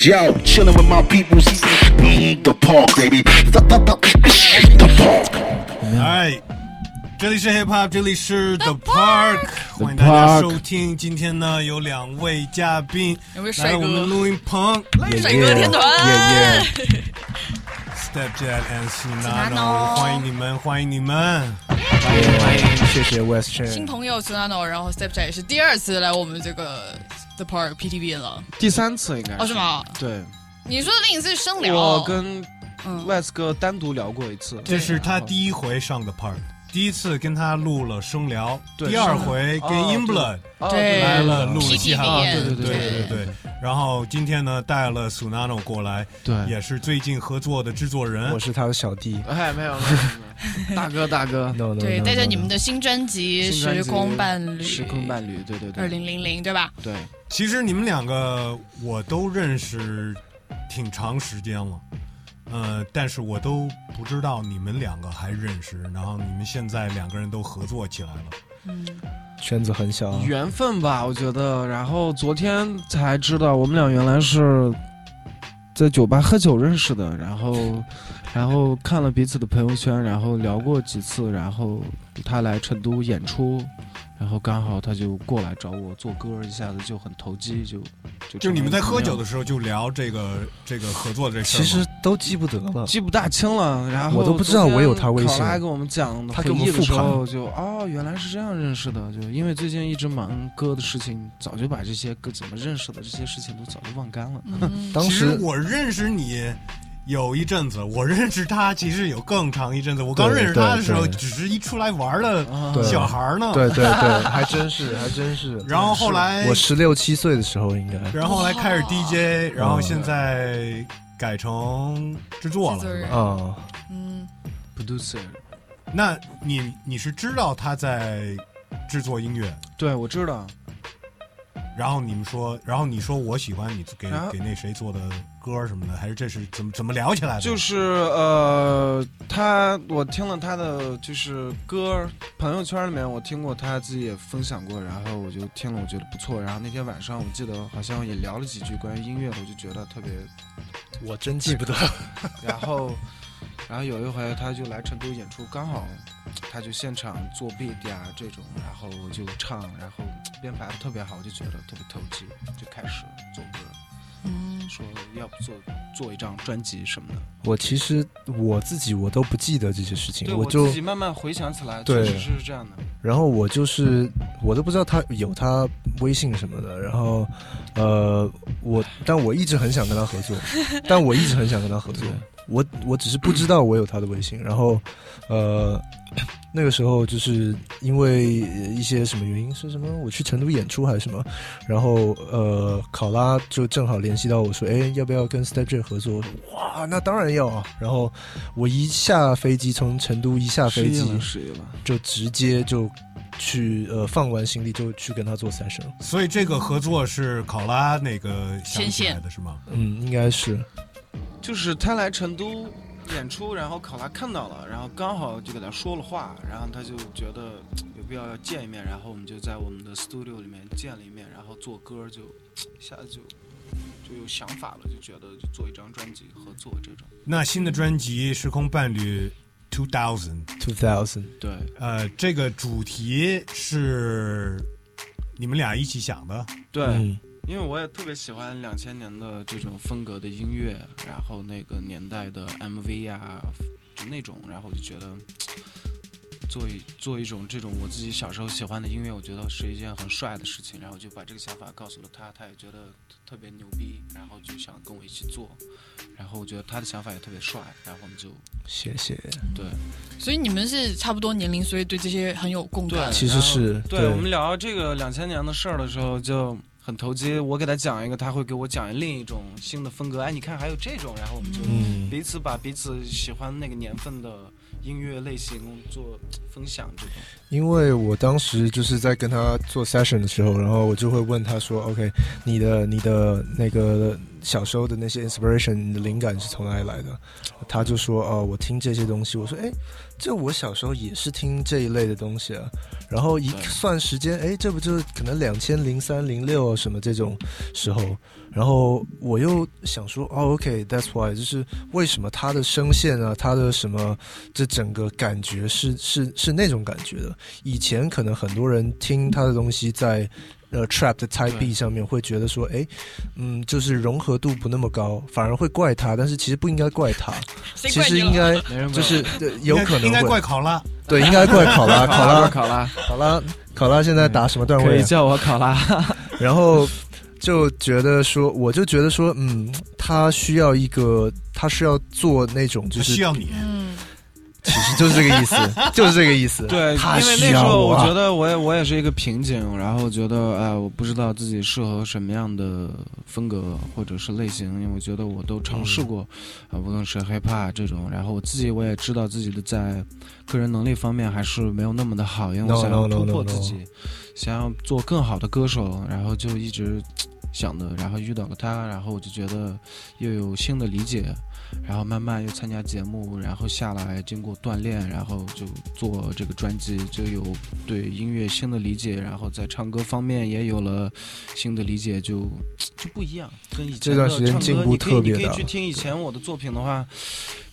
Yo, chilling with my peoples. Mm, The park, baby. The, the, the, the park. 哎，这里是 Hip Hop，这里是 The Park，欢迎大家收听。今天呢，有两位嘉宾两位帅来哥到我们的录音棚帅哥天团，啊，Stepdad and Sinano， Sinano 欢迎你们，欢迎你们。谢 谢 Western。新朋友 Sunano，然后 Stepchat 也是第二次来我们这个 The Park PTB 了。第三次应该哦，是？吗？哦对，你说的另一次是生聊，我哦跟嗯 West 哥单独聊过一次。这是他第一回上 The Park，第一次跟他录了声聊，对第二回跟哦 Inblood 哦对来了录了 PTB 嘻哈，啊对对对对对对对对。然后今天呢，带了 Sunano 过来，对也是最近合作的制作人。我是他的小弟。哎，没有没有，没有大哥 大哥， No, no, 对 no, 带着 no, 你们的新专辑《新专时辑空伴侣》，时空伴侣，对对二对零零零，对吧？对，其实你们两个我都认识挺长时间了，呃，但是我都不知道你们两个还认识，然后你们现在两个人都合作起来了。嗯， no 圈子很小啊，缘分吧，我觉得。然后昨天才知道，我们俩原来是在酒吧喝酒认识的，然后。 然后看了彼此的朋友圈，然后聊过几次，然后他来成都演出，然后刚好他就过来找我做歌，一下子就很投机，就就就成你们为在喝朋友酒的时候就聊这个这个合作这事儿其吗，实都记不得了。记不大清了，然嗯后我都不知道我有他微信昨天考拉跟我们讲他回给我们忆的时复候就哦，原来是这样认识的，就因为最近一直忙歌的事情，早就把这些歌怎么认识的这些事情都早就忘干了。嗯当其实时我认识你。有一阵子，我认识他，其实有更长一阵子。我刚对认识他的时候，对对只是一出来玩儿的 啊对小孩儿呢。对对对，还真是还真是。然后后来我，十六七岁的时候应该然后后来开始哇 DJ，然后现在改成制作了，制作是吧人？啊，嗯， producer，那你你是知道他在制作音乐，对我知道，嗯然后你们说，然后你说我喜欢你给啊给那谁做的歌什么的，还是这是怎么怎么聊起来的？就是呃，他我听了他的就是歌，朋友圈里面我听过，他自己也分享过，然后我就听了，我觉得不错。然后那天晚上我记得好像也聊了几句关于音乐的，我就觉得特别我真记不得。然后，然后有一回他就来成都演出，刚好他就现场作弊呀这种，然后我就唱，然后编排的特别好，我就觉得特别投机，就开始做歌，嗯，说要不做做一张专辑什么的。我其实我自己我都不记得这些事情，对我就自己慢慢回想起来，确对实是这样的。然后我就是我都不知道他有他微信什么的，然后呃，我但我一直很想跟他合作，但我一直很想跟他合作对，我我只是不知道我有他的微信，然后呃。 那个时候就是因为呃一些什么原因，是什么？我去成都演出还是什么？然后呃，考拉就正好联系到我说，哎，要不要跟 Step J 合作？我说哇，那当然要啊！然后我一下飞机，从成都一下失飞忆机，了，失忆了。就直接就去呃放完行李就去跟他做 session，所以这个合作是考拉那个想起来的是吗？嗯，应该是就是他来成都演出，然后考拉看到了，然后刚好就给他说了话，然后他就觉得嘖有必要要见一面，然后我们就在我们的 studio 里面见了一面，然后做歌就嘖一下子就就有想法了，就觉得就做一张专辑合作这种。那新的专辑《时空伴侣 Two Thousand》， two thousand，对，呃，这个主题是你们俩一起想的，对，嗯，因为我也特别喜欢两千年的这种风格的音乐，然后那个年代的 MV 啊，就那种，然后我就觉得嘖做一做一种这种我自己小时候喜欢的音乐，我觉得是一件很帅的事情，然后我就把这个想法告诉了他，他也觉得特别牛逼，然后就想跟我一起做，然后我觉得他的想法也特别帅，然后我们就谢谢，对所以你们是差不多年龄，所以对这些很有共对啊感，。其实是对对我们聊这个两千年的事儿的时候就很投机，我给他讲一个，他会给我讲另一种新的风格。哎，你看还有这种，然后我们就嗯彼此把彼此喜欢那个年份的音乐类型做分享，这种因为我当时就是在跟他做 session 的时候，然后我就会问他说：“OK，你的你的那个小时候的那些 inspiration 你的灵感是从哪里来的？他就说哦，我听这些东西，我说哎，这我小时候也是听这一类的东西啊。然后一对算时间，哎，这不就是可能两千零三零六啊什么这种时候？然后我又想说，哦，OK，that's、why，就是为什么他的声线啊，他的什么这整个感觉是是是那种感觉的。以前可能很多人听他的东西在。呃，trap 的 type B 对上面会觉得说，哎，嗯，就是融合度不那么高，反而会怪他，但是其实不应该怪他，谁其怪实你啊应了？该 没人就问是我对有可能应该会怪考拉，对，应该怪考拉，考拉，考拉，考拉，考拉现在打什么段可位以啊？叫我考拉。然后就觉得说，我就觉得说，嗯，他需要一个，他需要做那种，就他是需要你。嗯，其实就是这个意思，就是这个意思。对，他因为那需时要候我我啊觉得我也我也是一个瓶颈，然后觉得哎，我不知道自己适合什么样的风格或者是类型，因为我觉得我都尝嗯试过，啊，无论是 hiphop 这种，然后我自己我也知道自己的在个人能力方面还是没有那么的好，因为 No, 我想要 no, no, 突破 no, no. 自己，想要做更好的歌手，然后就一直想的，然后遇到了他，然后我就觉得又有新的理解，然后慢慢又参加节目，然后下来经过锻炼，然后就做这个专辑，就有对音乐新的理解，然后在唱歌方面也有了新的理解，就就不一样，跟以前这段时间的唱歌进步你可以特别你可大以去听以前我的作品的话，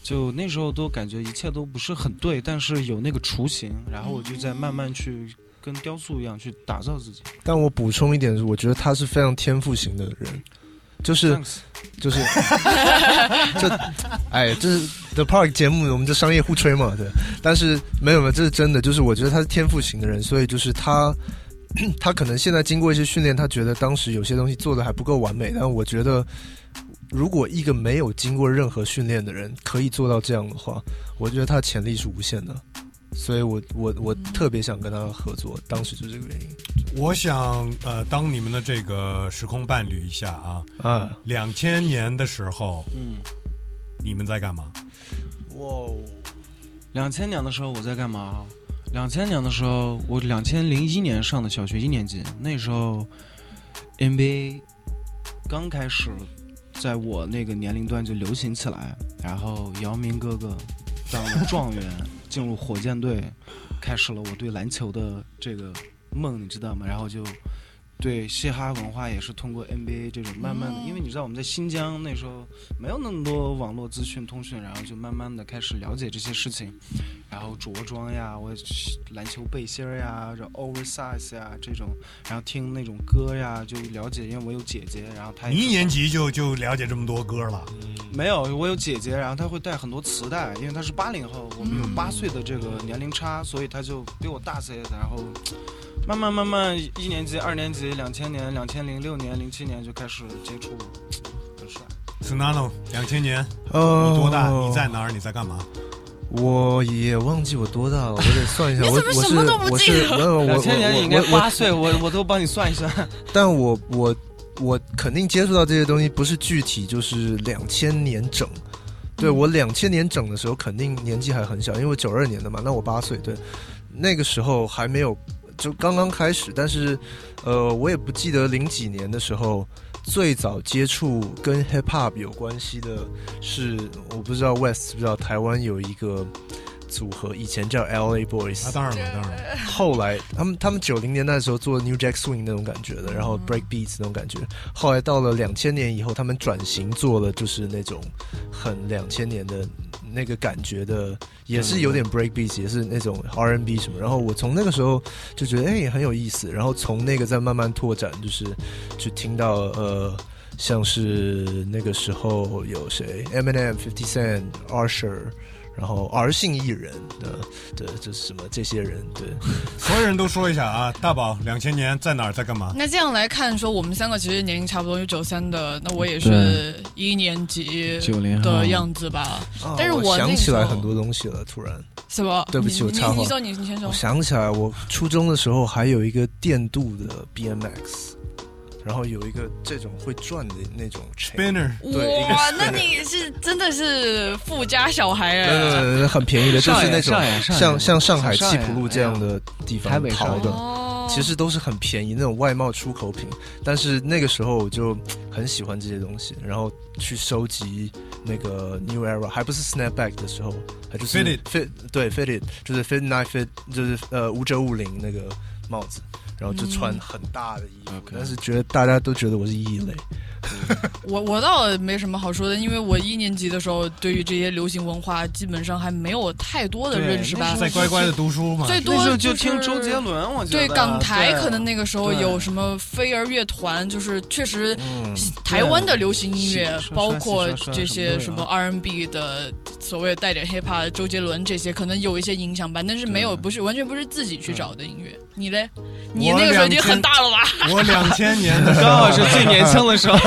就那时候都感觉一切都不是很对，但是有那个雏形，然后我就在慢慢去跟雕塑一样去打造自己。但我补充一点是，我觉得他是非常天赋型的人，就是这样子就是， 这，哎，这是 The Park 节目，我们这商业互吹嘛，对。但是没有没有，这是真的，就是我觉得他是天赋型的人，所以就是他，他可能现在经过一些训练，他觉得当时有些东西做的还不够完美，但我觉得。如果一个没有经过任何训练的人可以做到这样的话，我觉得他潜力是无限的，所以我我我特别想跟他合作，当时就是这个原因我想呃，当你们的这个时空伴侣一下啊，啊。两千年的时候嗯，你们在干嘛？哇，两千年的时候我在干嘛？两千年的时候，我两千零一年上的小学一年级，那时候 NBA 刚开始，在我那个年龄段就流行起来，然后姚明哥哥当了状元，进入火箭队，开始了我对篮球的这个梦，你知道吗？然后就对嘻哈文化也是通过 NBA 这种慢慢的，嗯因为你知道我们在新疆那时候没有那么多网络资讯通讯，然后就慢慢的开始了解这些事情，然后着装呀，我篮球背心儿呀，这 oversize 呀这种，然后听那种歌呀，就了解，因为我有姐姐，然哎后她也你一是年级就就了解这么多歌了，嗯没有，我有姐姐，然后她会带很多磁带，因为她是八零后，我们有八岁的这个年龄差，所以她就比我大些，然后慢慢慢慢一年级、二年级、两千年、两千零六年、零七年就开始接触，很帅。 s n a n o 两千年，呃哦你多大？你在哪儿？你在干嘛？我也忘记我多大了，我得算一下。你我怎么我什是么都不我是记得没有我我两千年你应该我我八岁，我我都帮你算一算。但我我我肯定接触到这些东西，不是具体就是两千年整。对嗯我两千年整的时候，肯定年纪还很小，因为我九二年的嘛，那我八岁。对，那个时候还没有，就刚刚开始。但是，呃，我也不记得零几年的时候，最早接触跟 hip hop 有关系的是，我不知道 West 知不知道台湾有一个组合，以前叫 LA Boys 啊，。当然了，当然了，后来他们他们九零年代的时候做 New Jack Swing 那种感觉的，然后 Break Beats 那种感觉。后来到了两千年以后，他们转型做了就是那种很两千年的那个感觉的，也是有点 Break Beats，也是那种 R&B 什么。然后我从那个时候就觉得哎很有意思，然后从那个再慢慢拓展，就是去听到呃。像是那个时候有谁，Eminem、Fifty Cent、Usher，然后 R 姓艺人的，对，就是什么这些人，对，所有人都说一下啊，大宝两千年在哪儿？在干嘛？那这样来看，说我们三个其实年龄差不多，有九三的，那我也是对一年级零的样子吧，啊但是我我那想个起时来候很多东西了，突然，是吧？对不你起我插话你你说你你先说我，想起来，我初中的时候还有一个电镀的 BMX，然后有一个这种会转的那种 chain， Spinner，对一个哇，那你是真的是富家小孩对哎、对对对，很便宜的，就上是野那种上野上野像像上海上七野浦路这样的地哎方呀台北淘上的，哦，其实都是很便宜那种外贸出口品，但是那个时候我就很喜欢这些东西，然后去收集那个 New Era，还不是 Snapback 的时候，还就是 Fitted fit 对 fitted 就是 fit nine fit 就是呃五九五零那个帽子，然后就穿很大的衣服， OK 但是觉得大家都觉得我是异类，我我倒没什么好说的，因为我一年级的时候，对于这些流行文化基本上还没有太多的对认识吧那时候。在乖乖的读书嘛，最那时多候就是听周杰伦，我觉得对港台对可能那个时候对有什么飞儿乐团，就是确实嗯，台湾的流行音乐是，是包括是是是这些什什么么都有 R&B 的所谓带点 hip hop，周杰伦这些可能有一些影响吧，但是没有对不是完全不是自己去找的音乐。你嘞？我你那个时候已经很大了吧？我两千年 的时刚候好是最年轻的时候，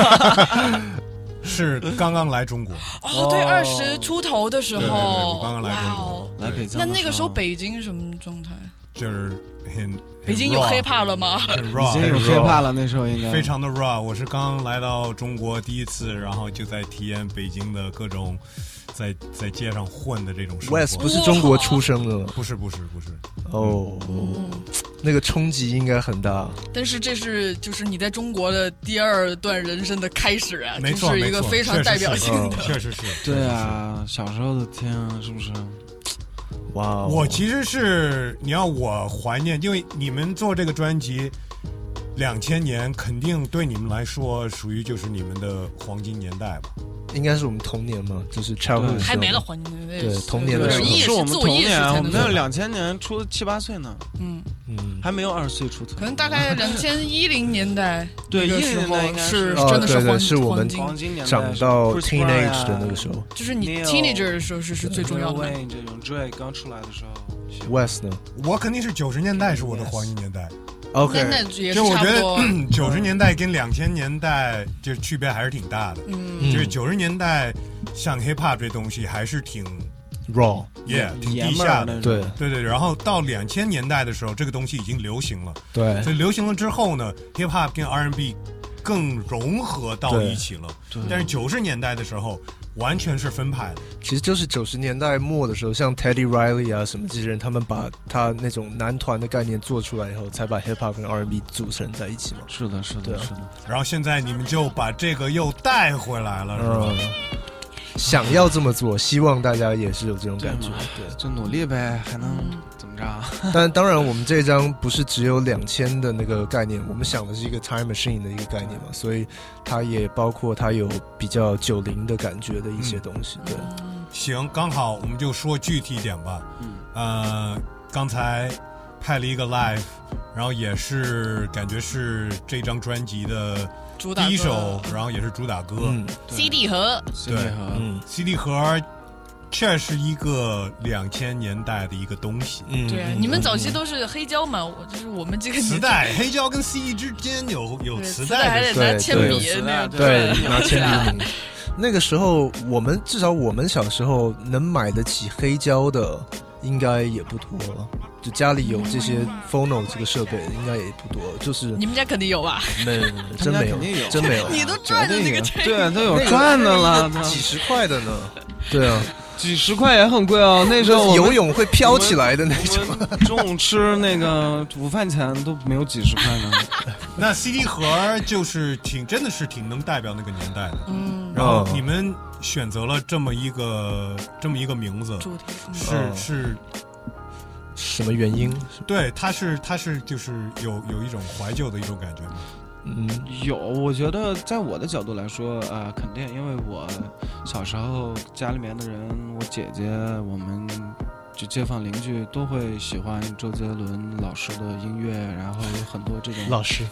是刚刚来中国，哦，对，二十出头的时对对对，候，我刚刚来中哇国哦，，来北对京那的那个时候北京什么状态？就是很很北京有 raw， hip hop 了吗？很已 raw，经有很 hip raw hop 了，那时候嗯应该非常的 raw。我是刚来到中国第一次，然后就在体验北京的各种在在街上混的这种生活。 West 不是中国出生的吗不是不是不是，哦，那个冲击应该很大。但是这是就是你在中国的第二段人生的开始啊，没就错是没一个错，非常代表性的。嗯确实是，确 实是。对啊，小时候的天啊，是不是？哇哦，我其实是你要我怀念，因为你们做这个专辑，两千年肯定对你们来说属于就是你们的黄金年代吧。应该是我们童年嘛，就是 childhood 的时候还没了环境，那嗯对是童年的就是时候意是识我们自童我意识年才啊，我能们做那两千年出七八岁呢，嗯，嗯，还没有二十岁出头。可能大概两千一零年代对那个10时年候代应该是是哦真的对对黄是我们黄金，黄金年代长到 Chris Brown 啊呀 teenage 的那个时候就是你 Neil teenager 的时候是是最重要的 Lil 嘛。 Wayne 这种 Drake 刚出来的时候， ，West 呢我肯定是九十年代是我的黄金年代，那？OK，那也是就我差觉不得多， 九十年代跟两千年代就是区别还是挺大的。嗯，就是嗯九十年代，像 hip hop 这东西还是挺，Raw，也挺嗯爷地们儿下那的种。，对对对，然后到两千年代的时候，这个东西已经流行了。哎对所以流行了之后呢，hip hop 跟 R&B 更融合到一起了。对但是九十年代的时候，完全是分派的。其实就是九十年代末的时候，像 Teddy Riley 啊什么这些人，他们把他那种男团的概念做出来以后，才把 hip hop 跟 R&B 组成在一起嘛。是的，是对的，啊是的。然后现在你们就把这个又带回来了，嗯是吧？，想要这么做，希望大家也是有这种感觉对嘛。对，就努力呗，还能嗯怎么着啊？但当然我们这张不是只有两千的那个概念，我们想的是一个 time machine 的一个概念嘛，所以它也包括它有比较九零的感觉的一些东西。对，行，刚好我们就说具体一点吧。嗯呃，刚才拍了一个 live，然后也是感觉是这张专辑的主打第一歌首，然后也是主打歌。嗯 CD 盒，对对和嗯 CD 盒确实一个两千年代的一个东西。嗯，对啊，你们早期都是黑胶嘛，我就是我们这个磁年代。带、黑胶跟 CD 之间有有对磁磁带还的得事，对拿铅对有笔磁那带样 对对拿铅啊笔。那个时候，我们至少我们小时候能买得起黑胶的，应该也不多了。就家里有这些 phono 这个设备，应该也不多。就是你们家肯定有吧？没有，真没他们家肯定有有，真 没 有。你都赚着那个钱，对，啊都有那个赚的了，几十块的呢？对啊，几十块也很 贵哦。那时候我们游泳会飘起来的那种。我们中午吃那个午饭钱都没有几十块呢。那 CD 盒儿就是挺真的是挺能代表那个年代的。嗯，然后哦你们选择了这么一个这么一个名字，主题嗯是哦是什么原因？对，它是它是就是有有一种怀旧的一种感觉吗？嗯有，我觉得在我的角度来说，呃，肯定，因为我小时候家里面的人，我姐姐，我们就街坊邻居都会喜欢周杰伦老师的音乐，然后有很多这种老师，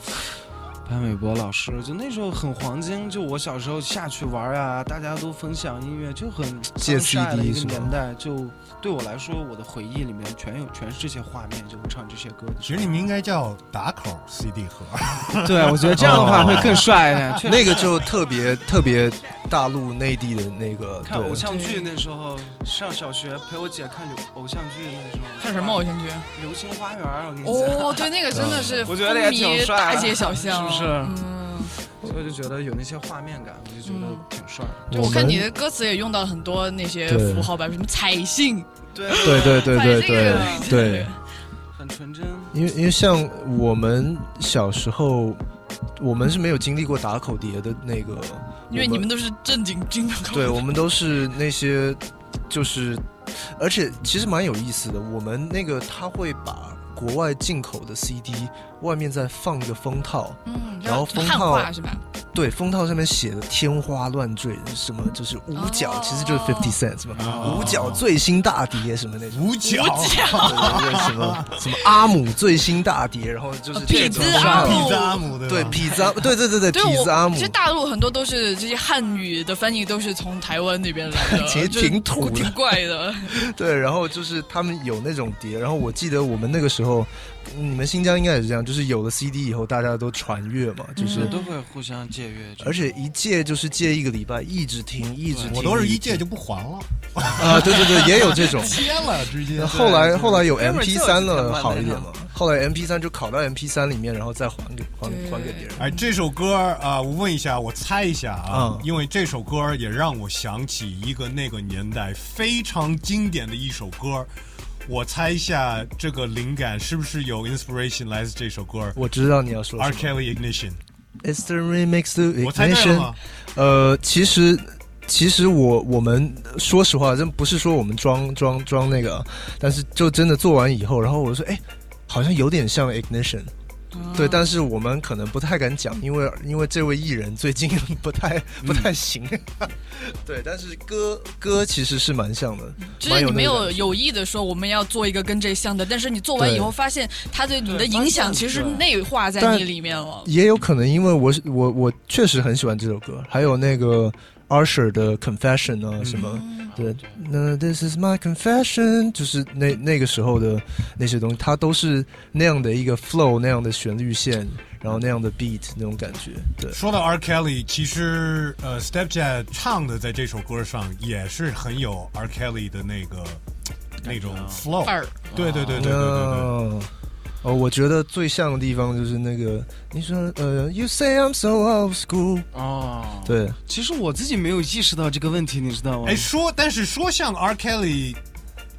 潘玮柏老师，就那时候很黄金，就我小时候下去玩啊，大家都分享音乐，就很借 sunshine 的 CD 一个是吗年代。就对我来说，我的回忆里面全有全是这些画面，就唱这些歌的其时实候。你们应该叫打口 CD 盒儿， 对，我觉得这样的话会更帅一点。确实哦那个就特别特别大陆内地的那个，看偶对，像剧那时候，上小学陪我姐看偶偶像剧那时候，看什么偶像剧？ 《流星花园》，我 跟你讲，哦，对，那个真的嗯是我风觉得也挺靡帅啊的大街小巷，是不是嗯，所以我就觉得有那些画面感，我就觉得嗯挺帅。对，我看你的歌词也用到很多那些对符号吧，什么彩信，对对对对 对彩信这个对对，很纯真。因为因为像我们小时候，我们是没有经历过打口碟的那个，因为我你们都是正经经的，对我们都是那些，就是，而且其实蛮有意思的。我们那个他会把国外进口的 CD 外面再放一个封套，嗯，然后封汉号化是吧？对，封套上面写的天花乱坠，什么就是五角，哦其实就是 Fifty Cent 嘛，哦五角最新大碟什么那种。五角五 角对对对，什么什么阿姆最新大碟，然后就是这哦痞种子啊上阿痞姆子阿姆对对吧？痞子阿姆，对对对对，对，痞子阿我姆其，实大陆很多都是这些汉语的翻译都是从台湾那边来的， 其实就是挺土的挺怪 的。对，然后就是他们有那种碟，然后我记得我们那个时候，嗯你们新疆应该也是这样，就是有了 CD 以后，大家都传阅嘛，就是。嗯都会互相借阅，而且一借就是借一个礼拜，一直听，一直听。我都是一直借就不还了，听啊，对对对，也 有这种。切了直 接。后来后来有哎那会儿 MP 三就有这了，种好一点嘛。后来 MP 三就拷到 MP 三里面，然后再还给还对还给别人。哎，这首歌啊、我问一下，我猜一下啊，嗯因为这首歌也让我想起一个那个年代非常经典的一首歌，我猜一下这个灵感是不是有 inspiration 来自这首歌我知道你要说？R. 什么。 Kelly Ignition， It's the remix to 我猜对了 ignition 吗。？呃，其实其实我我们说实话，真不是说我们装装装那个，啊但是就真的做完以后，然后我就说，哎，好像有点像 ignition。对，但是我们可能不太敢讲，因为因为这位艺人最近 不太不太嗯行。 对，但是歌歌其实是蛮像的，就蛮是有你没那有种有意的说我们要做一个跟这像的，但是你做完以后发现它对你的影响其实内化在你里面了。也有可能因为我是我我确实很喜欢这首歌，还有那个 Usher 的 Confession 啊什么，对，那 This is my confession，就是那那个时候的那些东西，它都是那样的一个 flow，那样的旋律线，然后那样的 beat 那种感觉，对。说到 R. Kelly，其实呃，Stepdad 唱的在这首歌上也是很有 R. Kelly 的那个那种啊 flow 范儿对对对对对对对。哦哦，我觉得最像的地方就是那个，你说呃，You say I'm so old school，哦，，对，其实我自己没有意识到这个问题，你知道吗？哎，说但是说像 R. Kelly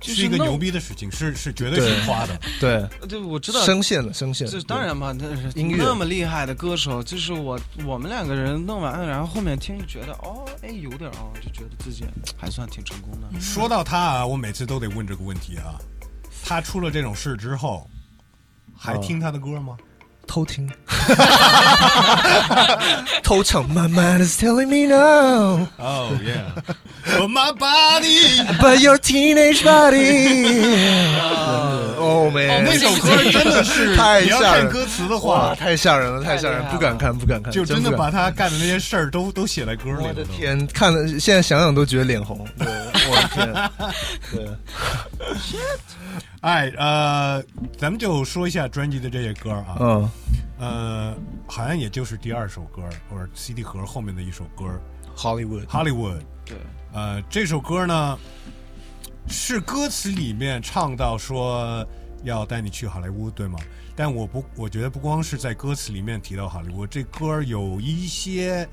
就是是一个那牛逼的事情，是是绝对是对夸的。对，呃对，我知道，声线了，声线了，这当然嘛，那是音乐那么厉害的歌手，就是我我们两个人弄完了，然后后面听觉得哦，哎，有点哦，就觉得自己还算挺成功的。嗯说到他啊，我每次都得问这个问题啊，他出了这种事之后，还听他的歌吗？对偷听，偷唱，My mind is telling me no，but 哦、yeah，But my body， your teenage body，Oh 哦 man，那首歌真的是，太你要吓人看歌词的哇，话，太吓人了，太太吓厉人害，不敢了看，不敢看，就真的不把敢他干的那些事儿都都写在歌里了。我的都，天，看了现在想想都觉得脸红，对，我的天，对。哎，呃，咱们就说一下专辑的这些歌啊，嗯，呃，好像也就是第二首歌或者 CD 盒后面的一首歌，Hollywood， 《Hollywood》。对，呃，这首歌呢，是歌词里面唱到说要带你去好莱坞，对吗？但我不，我觉得不光是在歌词里面提到好莱坞，这歌有一些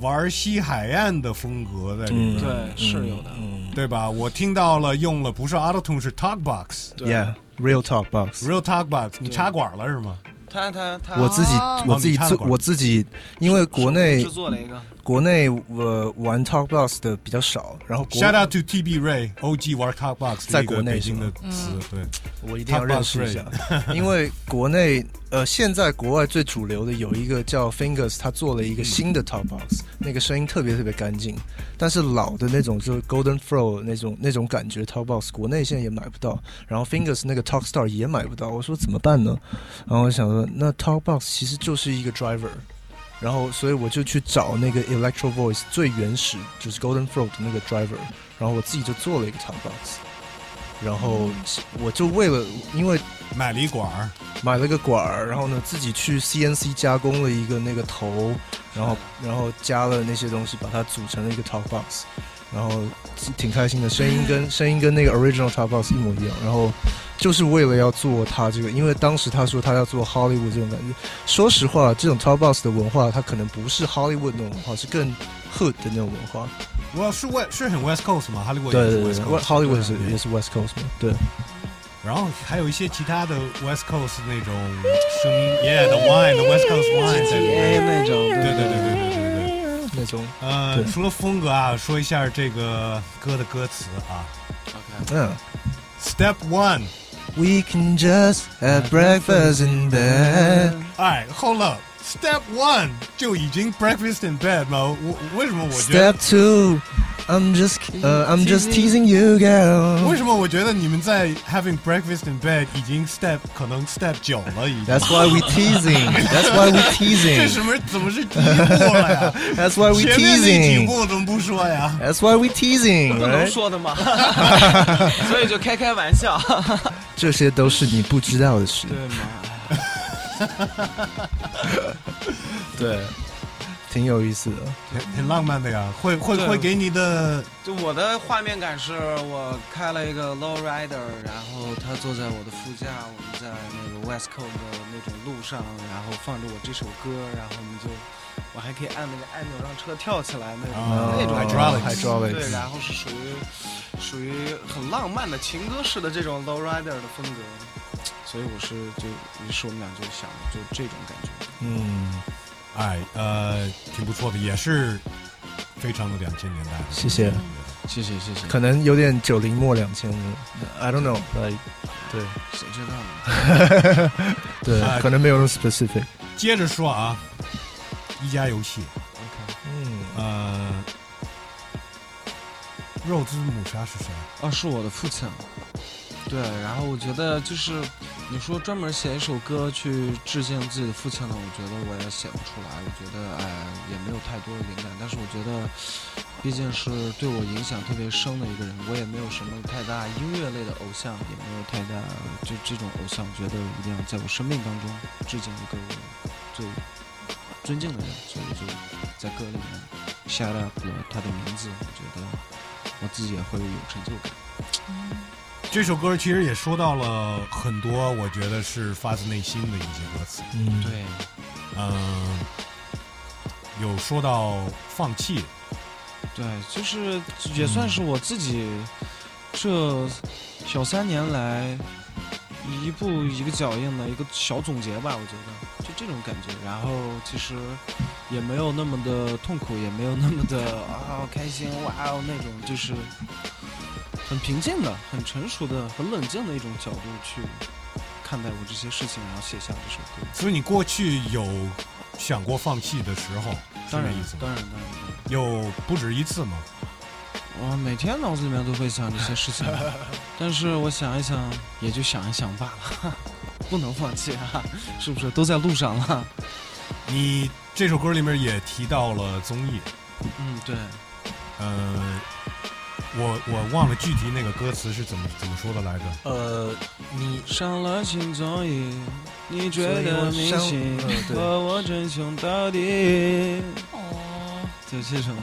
玩西海岸的风格在里面，嗯对，是有的。对吧？我听到了用了不是 Auto Tune 是 Talk Box。对 Yeah，Real Talk Box。 Real Talk Box，你插管了是吗？他他他，我自己哦，我自己你看做，过我自己，因为国内制作了一个，国内呃玩 Talk Box 的比较少，然后国 Shout out to TB Ray OG 玩 Talk Box，在国内北是京吗的词，对，我一定要 Talk 认 Box 识一下， 因为国内呃现在国外最主流的有一个叫 Fingers，他做了一个新的 Talk Box，那个声音特别特别干净，但是老的那种就是 Golden Flow 那种那种感觉 Talk Box 国内现在也买不到，然后 Fingers 那个 Talk Star 也买不到，我说怎么办呢？然后我想说，那 Talk Box 其实就是一个 driver。然后，所以我就去找那个 Electro Voice 最原始，就是 Golden Flow 的那个 driver，然后我自己就做了一个 Talk Box，然后我就为了，因为买了一管儿，买了个管儿，然后呢自己去 CNC 加工了一个那个头，然后然后加了那些东西，把它组成了一个 Talk Box，然后挺开心的，声音 跟声音跟那个 original Talk Box 一模一样，然后就是为了要做它这个，因为当时他说他要做 Hollywood 这种感觉，说实话，这种 Talk Box 的文化，它可能不是 Hollywood 那种文化，是更 hood 的那种文化，我是 West 是很 West Coast 吗？Hollywood 对也是对对 West Coast， ，Hollywood 是对也是 West Coast 嘛，对，然后还有一些其他的 West Coast 那种声音，Yeah，the wine，the West Coast wine 在里面。 GTA 哎那种，对对对对对对对对。那种，呃，对除了风格啊，说一下这个歌的歌词啊。 ，OK，嗯。 Step one， We can just have breakfast in bed。哎，Hold up，Step one 就已经 Breakfast in bed 吗？我为什么我觉得 Step two, I'm just uh, I'm just teasing you, 为 girl. 什么我觉得你们在 having breakfast in bed 已经 step 可能 step 九了已经？ That's why we teasing. That's why we 这 teasing. 什么怎么是第一步了呀？ That's why we 前面那几 teasing. 步怎么不说呀？ That's why we teasing. 不能 right? 说的 嘛，所以就开开玩笑，这些都是你不知道的事。对嘛？对，挺有意思的。挺挺浪漫的呀，会会对会给你的就我的画面感是我开了一个 low rider，然后他坐在我的副驾，我们在那个 West Coast 的那种路上，然后放着我这首歌，然后我们就我还可以按那个按钮让车跳起来那种、啊那种 hydraulics hydraulics 对，然后是属于属于很浪漫的情歌式的这种 low rider 的风格，所以我是就于是我们俩就想就这种感觉，嗯，哎呃挺不错的，也是非常的两千年代的。谢谢谢谢谢谢，可能有点九零末两千的，I don't know。对谁知道呢？对，可能没有那么 specific。接着说啊，一家游戏，嗯，呃，肉之母鲨是谁？啊，是我的父亲。对，然后我觉得就是你说专门写一首歌去致敬自己的父亲呢，我觉得我也写不出来。我觉得哎，也没有太多的灵感。但是我觉得，毕竟是对我影响特别深的一个人，我也没有什么太大音乐类的偶像，也没有太大就这种偶像，我觉得一定要在我生命当中致敬一个我最尊敬的人，所以就在歌里面 shout up 了他的名字，我觉得我自己也会有成就感。这首歌其实也说到了很多，我觉得是发自内心的一些歌词。嗯，对，嗯，有说到放弃，对，就是也算是我自己这小三年来一步一个脚印的一个小总结吧，我觉得就这种感觉。然后其实也没有那么的痛苦，也没有那么的啊开心哇哦那种，就是很平静的、很成熟的、很冷静的一种角度去看待我这些事情，然后写下这首歌。所以你过去有想过放弃的时候，是当这然意思，吗？当然，当然，当然。有不止一次吗？我呃每天脑子里面都会想这些事情，但是我想一想，也就想一想罢了， 不能放弃啊，是不是？都在路上了。你这首歌里面也提到了综艺，嗯，对，呃，我我忘了具体那个歌词是怎么怎么说的来着。呃，你上了新综艺，你觉所以得我明上星嗯对和我真凶到底？ 哦，对，这是什么？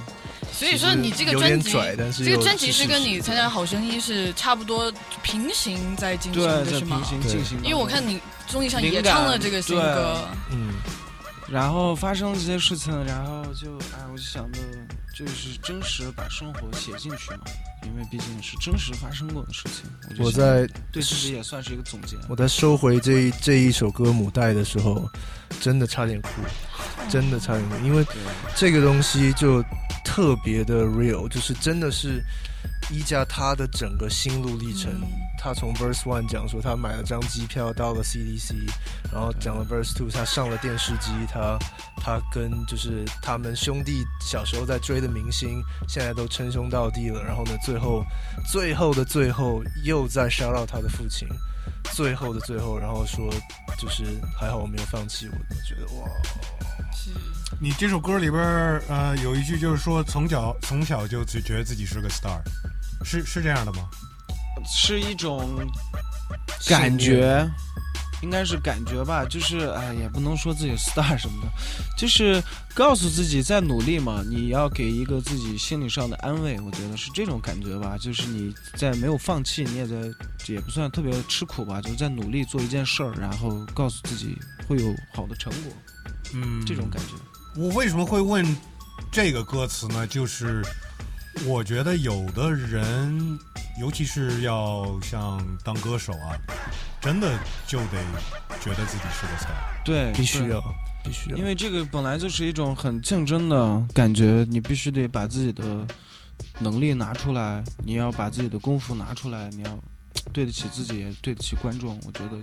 所以说你这个有专点辑，拽，但是这个又专辑是是跟事你实参加《好声音》是差不多平行在进行对，的在是吗平？行对进行当中。因为我看你综艺上也唱了这个新灵歌感，嗯然后发生了这些事情，然后就哎，我就想着就是真实把生活写进去嘛，因为毕竟是真实发生过的事情。我就我想在对自己也算是一个总结。我在收回这一这一首歌母带的时候，真的差点哭，真的差点哭，因为对，这个东西就特别的 real，就是真的是一加他的整个心路嗯历程。他从 Verse One 讲说他买了张机票到了 CDC，然后讲了 Verse Two，他上了电视机，他他跟就是他们兄弟小时候在追的明星，现在都称兄道弟了。然后呢，最后最后的最后又在杀到他的父亲，最后的最后，然后说就是还好我没有放弃，我我觉得哇，你这首歌里边儿呃有一句就是说从小从小就只觉得自己是个 star，是是这样的吗？是一种信念感觉，应该是感觉吧，就是哎，也不能说自己 star 什么的，就是告诉自己在努力嘛，你要给一个自己心理上的安慰，我觉得是这种感觉吧，就是你在没有放弃，你也在也不算特别吃苦吧，就是在努力做一件事儿，然后告诉自己会有好的成果，嗯，这种感觉。我为什么会问这个歌词呢？就是我觉得有的人尤其是要像当歌手啊，真的就得觉得自己是个 star。对，必须对要，必须要，因为这个本来就是一种很竞争的感觉，你必须得把自己的能力拿出来，你要把自己的功夫拿出来，你要对得起自己，也对得起观众。我觉得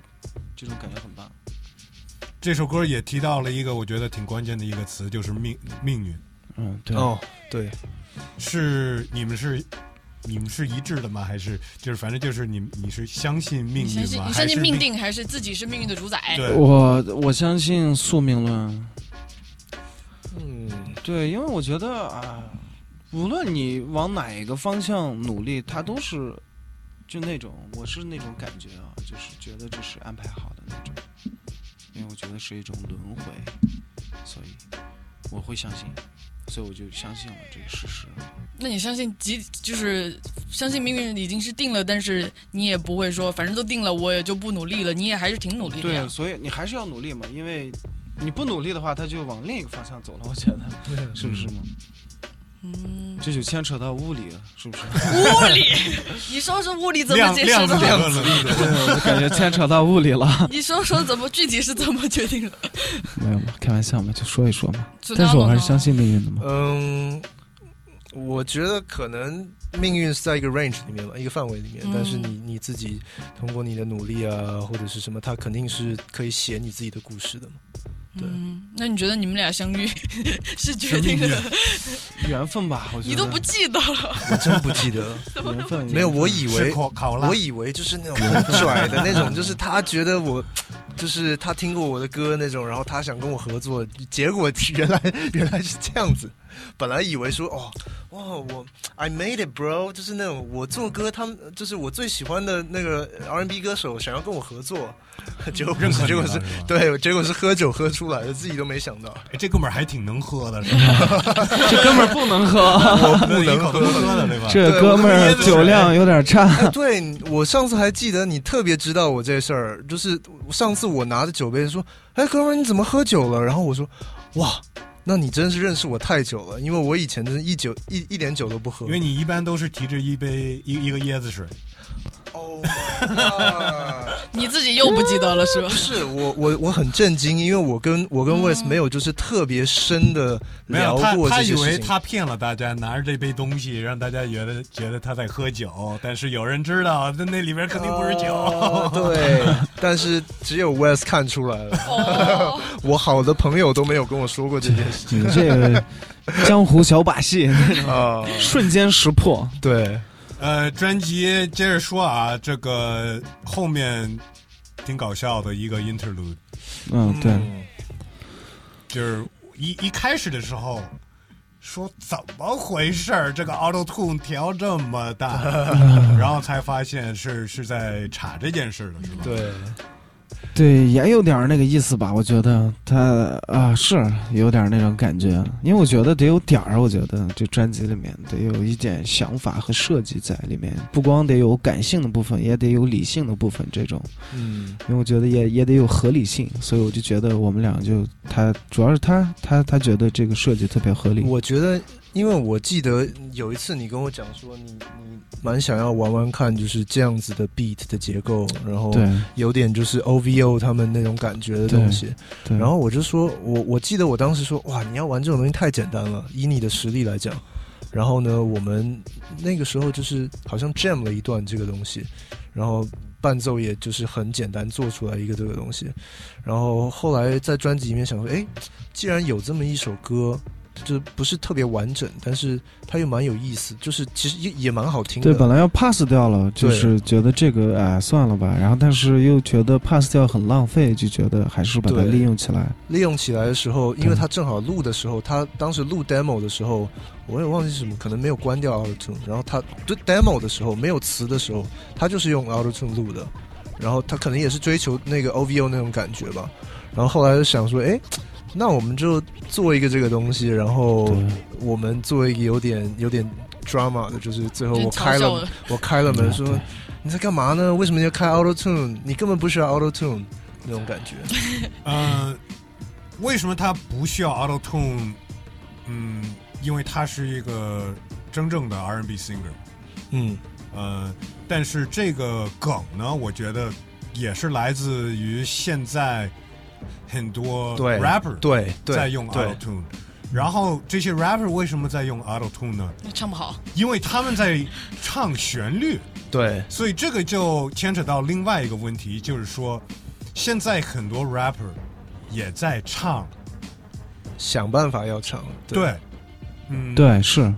这种感觉很棒。这首歌也提到了一个我觉得挺关键的一个词，就是命命运。嗯，对，哦，对，是你们是你们是一致的吗？还是就是反正就是你你是相信命你运吗？相信你还相信是命？定还是自己是命运的主宰？对，我我相信宿命论。嗯，对，因为我觉得啊，无论你往哪一个方向努力，它都是就那种，我是那种感觉啊，就是觉得这是安排好的那种，因为我觉得是一种轮回，所以我会相信，所以我就相信了这个事实。那你相信即就是相信命运已经是定了，但是你也不会说反正都定了，我也就不努力了，你也还是挺努力的呀对，。所以你还是要努力嘛，因为你不努力的话，它就往另一个方向走了。我觉得是不是嘛？嗯， 这就牵扯到物理了，是不是？物理，你说说物理怎么量解释量子理的？论了。 对，我就感觉牵扯到物理 了。你说说怎么具体是怎么决定的？ 没有嘛，开玩笑嘛，就说一说嘛。准但是我到还了是相信命运的嘛。嗯，我觉得可能命运是在一个 range 里面吧，一个范围里面，嗯但是你你自己通过你的努力啊，或者是什么，它肯定是可以写你自己的故事的嘛。对嗯，那你觉得你们俩相遇 是决定是的命？缘分吧，我觉得你都不记得了，我真不记得了，缘分没有，我以是为考考拉我，以为就是那种很拽的那种，就是他觉得我。就是他听过我的歌那种，然后他想跟我合作， 结果原来原来是这样子。本来以为说哦，哇，我 I made it bro，就是那种我做歌，他们就是我最喜欢的那个 R&B 歌手想要跟我合作，结果不认可是，你结果了是是吧对，结果是喝酒喝出来的，自己都没想到。哎这哥们儿还挺能喝的，是吧？这哥们儿不能喝，我不能一口都喝的，对吧？这哥们儿酒量有点差。哎，对我上次还记得你特别知道我这事儿，就是上次我拿着酒杯说：“哎，哥们儿，你怎么喝酒了？”然后我说：“哇，那你真是认识我太久了，因为我以前真是一酒一一点酒都不喝。”因为你一般都是提着一杯一一个椰子水，哦，你自己又不记得了是吧不？是我我我很震惊，因为我跟我跟 Wes 没有就是特别深的没有聊他过他这以些为事情。他骗了大家，拿着这杯东西让大家觉得觉得他在喝酒，但是有人知道那那里边肯定不是酒。哦对，但是只有 Wes 看出来了，哦，我好的朋友都没有跟我说过这件 事你这个江湖小把戏，啊。瞬间识破。对， 呃，专辑接着说啊，这个后面挺搞笑的一个 interlude，嗯，对，就是一一开始的时候说怎么回事儿，这个 auto tune 调这么 大，然后才发现是是在查这件事了，是吧？对，对，也有点儿那个意思吧。我觉得他啊，是有点儿那种感觉，因为我觉得得有点儿，我觉得这专辑里面得有一点想法和设计在里面，不光得有感性的部分，也得有理性的部分。这种，嗯。因为我觉得也也得有合理性，所以我就觉得我们俩就他主要是他他他觉得这个设计特别合理。我觉得，因为我记得有一次你跟我讲说你，你蛮想要玩玩看，就是这样子的 beat 的结构，然后对有点就是 OVO 他们那种感觉的东西。对，然后我就说，我我记得我当时说，哇，你要玩这种东西太简单了，以你的实力来讲。然后呢，我们那个时候就是好像 jam 了一段这个东西，然后伴奏也就是很简单做出来一个这个东西。然后后来在专辑里面想说，哎，既然有这么一首歌，就是不是特别完整，但是它又蛮有意思，就是其实也也蛮好听的。 对，本来要 pass 掉了，就是觉得这个哎算了吧，然后但是又觉得 pass 掉很浪费，就觉得还是把它对利用起来。利用起来的时候，因为对他正好录的时候，他当时录 demo 的时候，我也忘记是什么，可能没有关掉 auto tune，然后他就 demo 的时候没有词的时候，他就是用 auto tune 录的，然后他可能也是追求那个 OVO 那种感觉吧，然后后来就想说，哎，那我们就做一个这个东西，然后对我们做一个有点有点 drama 的，就是最后真我开嘲笑了了。我开了门嗯说对你在干嘛呢？为什么要开 auto tune？你根本不需要 auto tune 那种感觉。嗯，为什么它不需要 Auto Tune？嗯，因为它是一个真正的 R&B singer，嗯呃，但是这个梗呢，我觉得也是来自于现在很多对 rapper 对对在用啊对 Auto Tune，然后这些 rapper 为什么在用 Auto Tune 呢？那唱不好，因为他们在唱旋律，对所以这个就牵扯到另外一个问题，就是说，现在很多 rapper 也在唱，想办法要唱对，嗯，。对，是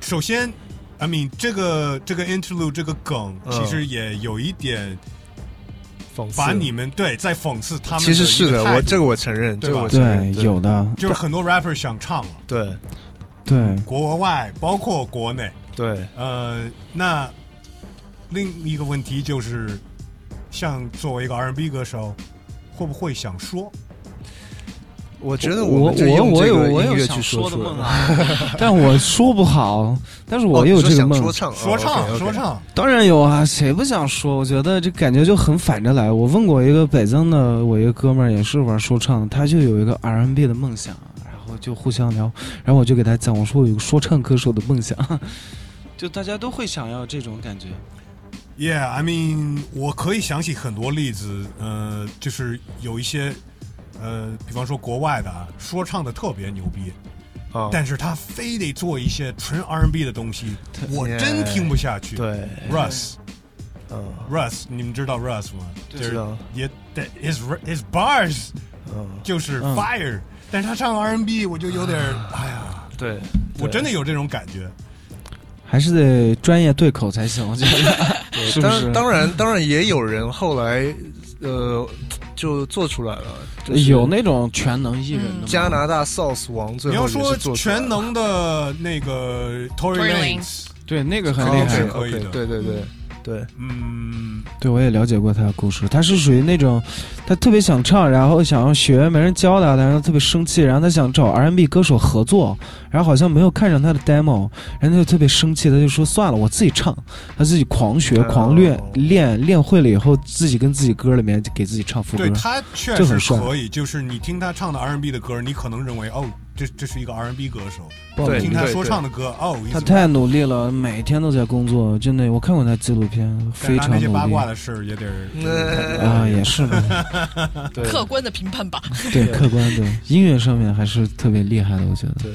首先，I mean 这个这个 interlude 这个梗，嗯其实也有一点讽刺把你们对在讽刺他们的一个态度。其实是的，我这个我承认，对这个吧我承对认，对有的，就是很多 rapper 想唱了，对对国外包括国内，对呃，那另一个问题就是，像作为一个 R&B 歌手，会不会想说？我觉得我们就用我这个有我音有乐想去说出的梦来。啊， 但我说不好，但是哦我你有说这个想梦。说唱说唱，哦，OK，OK 说，唱，当然有啊，谁不想说？我觉得这感觉就很反着来。我问过一个北京的，我一个哥们儿也是玩说唱，他就有一个 R&B 的梦想，啊然后就互相聊，然后我就给他讲，我说我有个说唱歌手的梦想， 就大家都会想要这种感觉。 Yeah, I mean，我可以想起很多例子，呃，就是有一些，呃，比方说国外的啊，说唱的特别牛逼，哦但是他非得做一些纯 R&B 的东西，我真听不下去。对， Russ, 嗯， Russ，你们知道 Russ 吗？就知是道，也对，his his bars 哦嗯，就是 fire，、但是他唱 R&B 我就有点啊儿，哎呀，对，我真的有这种感觉。还是得专业对口才行，我觉得 是不是当？当然，当然也有人后来，呃，就做出来了，就是有那种全能艺人的吗加拿大 sauce 王最你后要也是说做出来啊全了能的那个 Tory Tory Lanez，对那个很哦厉害是 OK，可以的 OK，对对对对，嗯。对，我也了解过他的故事。他是属于那种，他特别想唱，然后想要学，没人教他，然后特别生气，然后他想找 R&B 歌手合作，然后好像没有看上他的 demo，然后他就特别生气，他就说算了，我自己唱，他自己狂学、哦狂练、练练会了以后，自己跟自己歌里面给自己唱副歌对。他确这实很帅可以，就是你听他唱的 R&B 的歌，你可能认为哦，这这是一个 R&B 歌手；爆对了听他说对唱的歌，哦，他太努力了，每天都在工作，真的，我看过他纪录片，但非他常那些努八力卦。的事儿也得啊， 那也是嘛， 对客观的评判吧。 对，客观的音乐上面还是特别厉害的，我觉得。对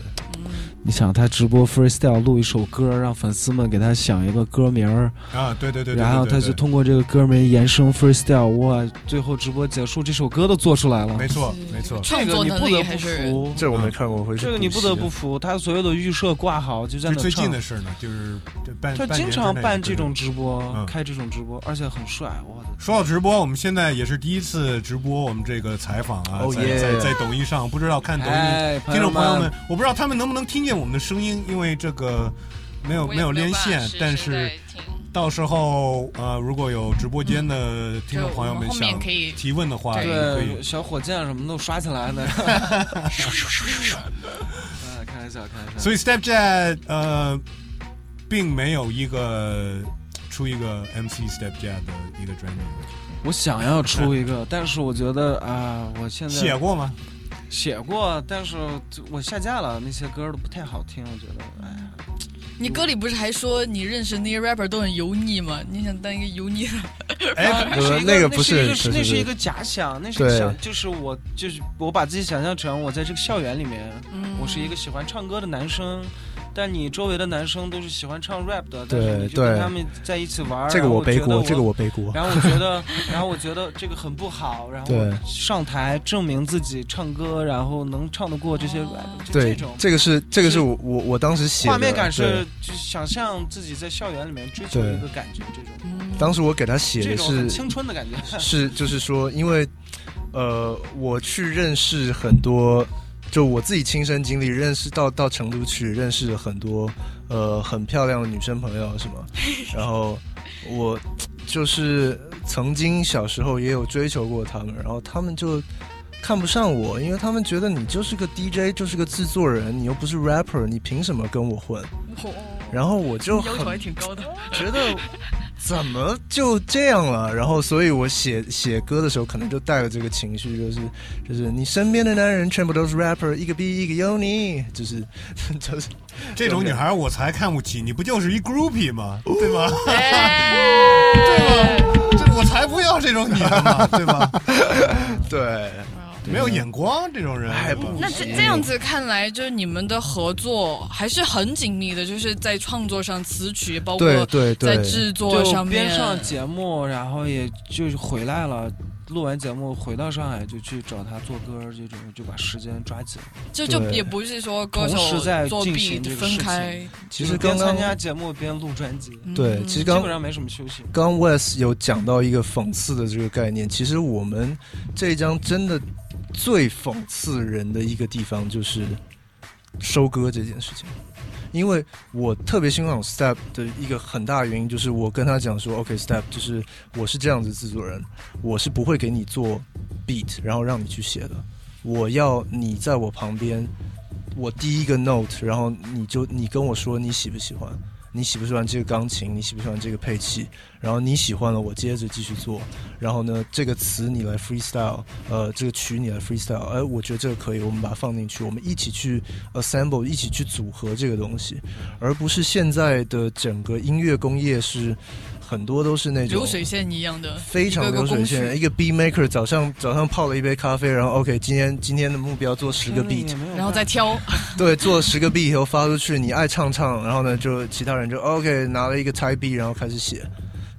你想他直播 freestyle 录一首歌，让粉丝们给他想一个歌名儿，啊，对对对对，对然后他对就对通过这个歌名延伸 freestyle，哇，最后直播结束，这首歌都做出来了。没错没错，创这个作你能不力得还不是服，这我没看过，回去这个你不补习啊得不服，他所有的预设挂好就在就那最近唱的事儿呢，就是这半他半经年之常内办就是这种直播，嗯开这种直播，而且很帅，我的。说到直播，我们现在也是第一次直播我们这个采访啊， Oh 在 yeah 在在抖音上，不知道看抖音哎，听众朋友们，，我不知道他们能不能听见我们的声音，因为这个没有没有连线，但是。到时候呃，如果有直播间的听众朋友嗯就我们后面想可以提问的话，也哎可对以。小火箭什么都刷起 来的。哎开玩笑，开玩笑。所以 Step Jad 呃，并没有一个出一个 MC Step Jad 的一个专辑，我想要出一个， 但是我觉得啊、我现在写过吗？写过，但是就我下架了，那些歌都不太好听，我觉得，哎呀，你歌里不是还说你认识那些 rapper 都很油腻吗？你想当一个油腻的？哎，啊那是一那个个不是那是不是一个不那是是一个假想，那是一个对想，就是我就是我把自己想象成我在这个校园里面，嗯，我是一个喜欢唱歌的男生。但你周围的男生都是喜欢唱 rap 的，但对是你就跟对他们在一起玩儿，这个然后我我背觉得锅，这个我背锅， 然后我觉得，然后我觉得这个很不好，然后对上台证明自己唱歌，然后能唱得过这些哦 rap，就这对种，这个是这个是我我我当时写的画面感对是就想象自己在校园里面追求对一个感觉，这种嗯当时我给他写这的种很是青春的感觉。 是就是说，因为呃，我去认识很多，就我自己亲身经历，认识到到成都去认识很多呃很漂亮的女生朋友， 是吗？然后我就是曾经小时候也有追求过她们，然后她们就。看不上我，因为她们觉得你就是个 DJ，就是个制作人，你又不是 rapper，你凭什么跟我混？哦然后我就要求还很挺高的。觉得怎么就这样了？然后，所以我写写歌的时候，可能就带了这个情绪，就是就是你身边的男人全部都是 rapper，一个比一个有你，就是 就是这种女孩我才看不起，你不就是一 groupie 吗？对吧？哎，这我才不要这种女的 嘛，对吧？对，没有眼光哦这种人，哎不那这行这样子看来，就是你们的合作还是很紧密的，就是在创作上、词曲，包括对对对在制作就上面边。上节目，然后也就是回来了，录完节目回到上海就去找他做歌，这种就把时间抓紧。就就对也不是说歌同时手在作进弊行这个分事情开，其就是实边刚刚参加节目边录专辑，嗯基对，其实刚本上没什么休息。刚 Wes 有讲到一个讽刺的这个概念，其实我们这一章真的最讽刺人的一个地方就是收割这件事情。因为我特别欣赏 Step 的一个很大原因，就是我跟他讲说，OK，Step、就是我是这样子制作人，我是不会给你做 beat，然后让你去写的，我要你在我旁边，我第一个 note，然后你就你跟我说你喜不喜欢，你喜不喜欢这个钢琴，你喜不喜欢这个配器，然后你喜欢了，我接着继续做。然后呢，这个词你来 freestyle，呃，这个曲你来 freestyle，哎、我觉得这个可以，我们把它放进去，我们一起去 assemble，一起去组合这个东西，而不是现在的整个音乐工业是很多都是那种流水线一样的，非常流水线，一一个 beat maker 早上早上泡了一杯咖啡，然后 OK，今天今天的目标做十个 beat，嗯天哪，也没有然后再办挑，对，做十个 beat 以后发出去，你爱唱唱，然后呢就其他人就 OK 拿了一个 type beat，然后开始写。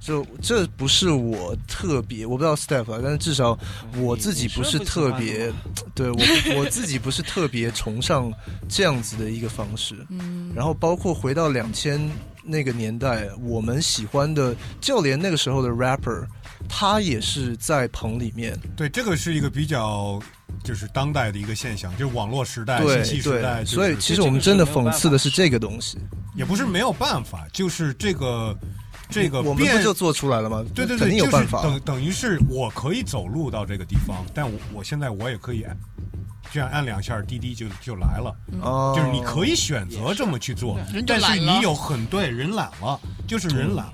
就这不是我特别，我不知道 step 啊，但是至少法我自己你不是是特别喜欢的嘛对我我自己不是特别崇尚这样子的一个方式。嗯，然后包括回到两千那个年代，我们喜欢的，就连那个时候的 rapper，他也是在棚里面，对，这个是一个比较就是当代的一个现象，就是网络时代、信对息时代，对，就是所以其实这我个们啊是真的没有办讽法刺的是这个东西，也不是没有办法，就是这个这个我们变不就做出来了吗？对对对，肯定就是有办法。等等于是我可以走路到这个地方，但我我现在我也可以按这样按两下，滴滴就就来了。哦，就是你可以选择这么去做，哦人就但懒是了你有很对人懒了，就是人懒了。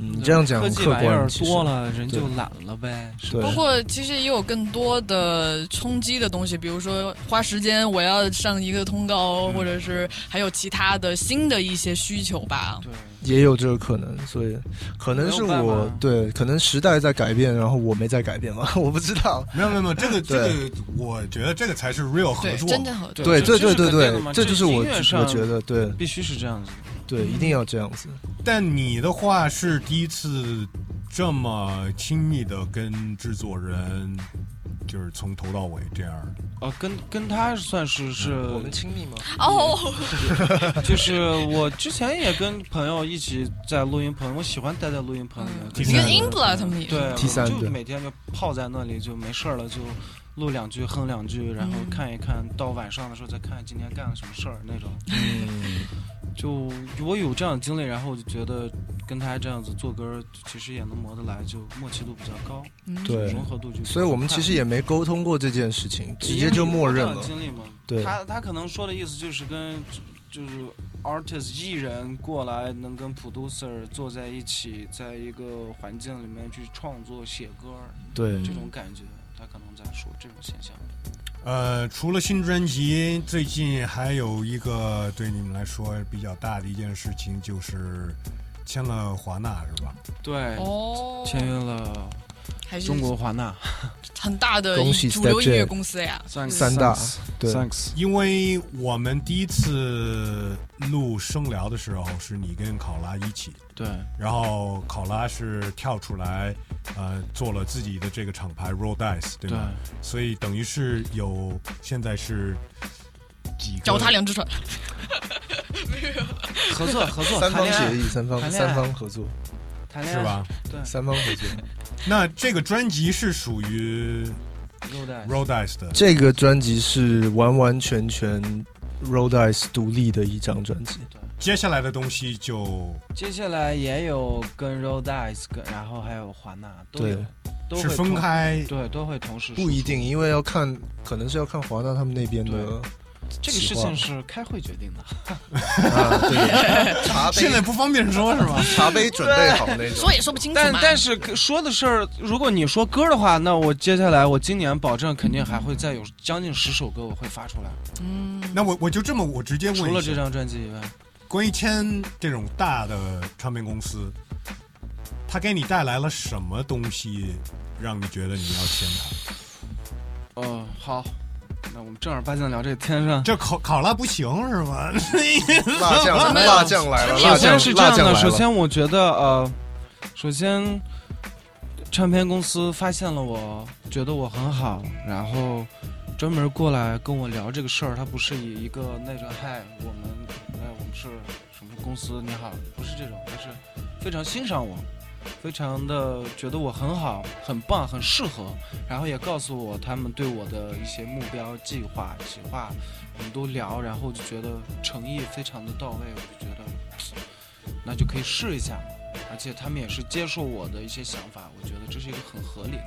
嗯，法你这样讲科很技客玩意儿观，其实多了，人对就懒了呗。对包括其实也有更多的冲击的东西，比如说花时间我要上一个通告，或者是还有其他的新的一些需求吧。对，也有这个可能，所以可能是没有办我法对，可能时代在改变，然后我没在改变吧， 我不知道。没有没有没有，这个这对个，我觉得这个才是 real 合对，作。真正合作。对，这对对是对肯定的对，嘛这这就是我音乐我上嗯觉得对必须是这样子。对，一定要这样子。但你的话是第一次这么亲密的跟制作人，就是从头到尾这样的。哦，跟跟他算是是，亲密吗？哦，就是我之前也跟朋友一起在录音棚，我喜欢待在录音棚里嗯面。第你三跟个 Ingla 他们也是对， T 三就对每天就泡在那里，就没事儿了，就录两句，哼两句，然后嗯看一看，到晚上的时候再看今天干了什么事儿那种。嗯，就我有这样的经历，然后我就觉得跟他这样子做歌儿，其实也能磨得来，就默契度比较高，嗯对融合度就比较快。所以我们其实也没沟通过这件事 情，直因接为就你默有这认样的了。经历嘛，对他他可能说的意思就是跟就就是 artist 艺人过来能跟 producer 坐在一起，在一个环境里面去创作写歌儿对这种感觉，他可能在说这种现象。呃，除了新专辑，最近还有一个对你们来说比较大的一件事情，就是签了华纳，是吧？对，哦，签约了还是中国华纳，很大的恭喜主流音乐 Stepjack 公司呀。三三大对 thanks，因为我们第一次录声聊的时候，是你跟考拉一起，对然后考拉是跳出来，呃，做了自己的这个厂牌 Roll Dice，对对吧？所以等于是有现在是几个脚踏两只船，合 作合作三谈方恋爱协议，三方谈恋爱三方合作，谈恋是爱？吧？对，三方合作。那这个专辑是属于肉带 Roll Dice 的，这个专辑是完完全全 Road Eyes 独立的一张专辑。接下来的东西就接下来也有跟 Roll Dice，跟然后还有华纳都对有，都是会分同开对，都会同时不一输出定，因为要看，可能是要看华纳他们那边的这个事情是开会决 定的。啊， 对，茶杯现在不方便说，是吧？茶杯准备好那种说。也说不清楚但嘛。但是可说的事儿，如果你说歌的话，那我接下来我今年保证肯定还会再有将近十首歌我会发出来，嗯那我我就这么，我直接除问了一这下，张专辑以外，关于签这种大的唱片公司，它给你带来了什么东西，让你觉得你要签它？哦，好，那我们正儿八经地聊这天上。这考考拉不行是 吗？辣酱，辣酱来了，首辣先酱是这辣样酱来了。的，首先我觉得呃，首先唱片公司发现了我，觉得我很好，然后专门过来跟我聊这个事儿，他不是以一个那个嗨，我们哎我们是什么公司，你好，不是这种，他是非常欣赏我。非常的觉得我很好，很棒，很适合，然后也告诉我他们对我的一些目标、计划、企划，我们都聊，然后就觉得诚意非常的到位，我就觉得那就可以试一下嘛。而且他们也是接受我的一些想法，我觉得这是一个很合理的，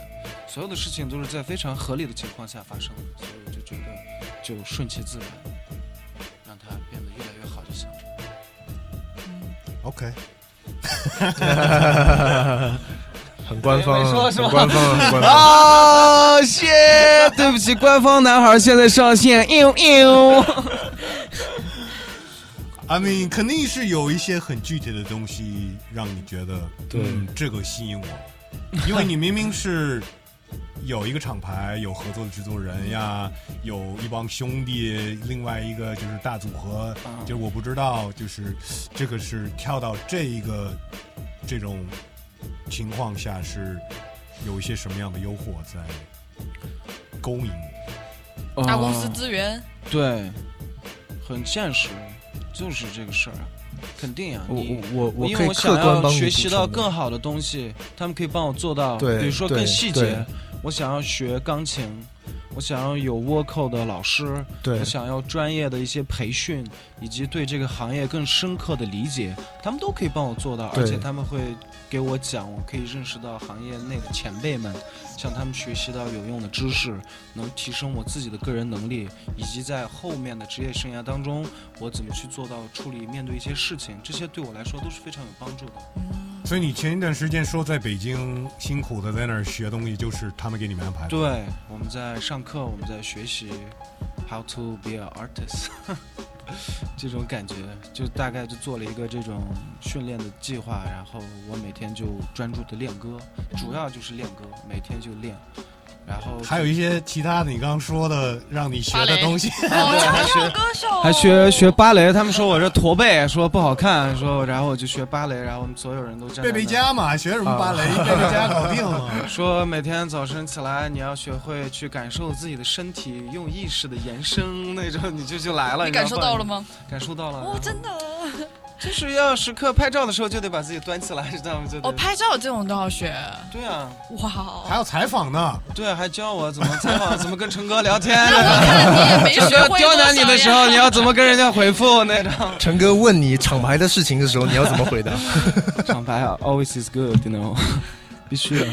所有的事情都是在非常合理的情况下发生的，所以我就觉得就顺其自然，让它变得越来越好就行了。 OK，很官方没啊，说是吧很官方啊，很官方。啊，谢，对不起，官方男孩现在上 线，呦呦。 I mean，肯定是有一些很具体的东西让你觉得，对嗯这个吸引我了，因为你明明是有一个厂牌，有合作的制作人呀，有一帮兄弟，另外一个就是大组合，啊就是我不知道，就是这个是跳到这一个这种情况下是有一些什么样的诱惑在勾引你？哦大公司资源，呃对，很现实，就是这个事儿啊，肯定啊，我你我我因可为以我客想观要帮你学补习充到的更好的东西，他们可以帮我做到，对比如说对更细对节。我想要学钢琴，我想要有倭寇的老师，对我，想要专业的一些培训，以及对这个行业更深刻的理解，他们都可以帮我做到，对而且他们会给我讲，我可以认识到行业内的前辈们，向他们学习到有用的知识，能提升我自己的个人能力，以及在后面的职业生涯当中，我怎么去做到处理面对一些事情，这些对我来说都是非常有帮助的。所以你前一段时间说在北京辛苦的在那儿学东西，就是他们给你们安排的。对，我们在上课，我们在学习 how to be an artist，这种感觉，就大概就做了一个这种训练的计划，然后我每天就专注的练歌，主要就是练歌，每天就练，然后还有一些其他的你刚刚说的让你学的东西，哦， 对还唱学跳歌手，还学学芭蕾，他们说我这驼背，啊说不好看，说然后我就学芭蕾，然后我们所有人都站在贝贝那佳嘛，学什么芭 蕾，贝贝佳搞定啊了。说每天早晨起来，你要学会去感受自己的身体，用意识的延伸那种，你就就来了。你知道感受到了？吗？感受到了。然哦后，真的。就是要时刻拍照的时候就得把自己端起来，知道吗？就得哦，拍照这种都要学，对啊，哇还 哦！有采访呢，对，啊还教我怎么采访，怎么跟陈哥聊 天。看你也没陈学哥会刁多少难你的时候，呀你要怎么跟人家回复那种？陈哥问你厂牌的事情的时候，你要怎么回答？ 厂牌啊，always is good，you know，必 须的。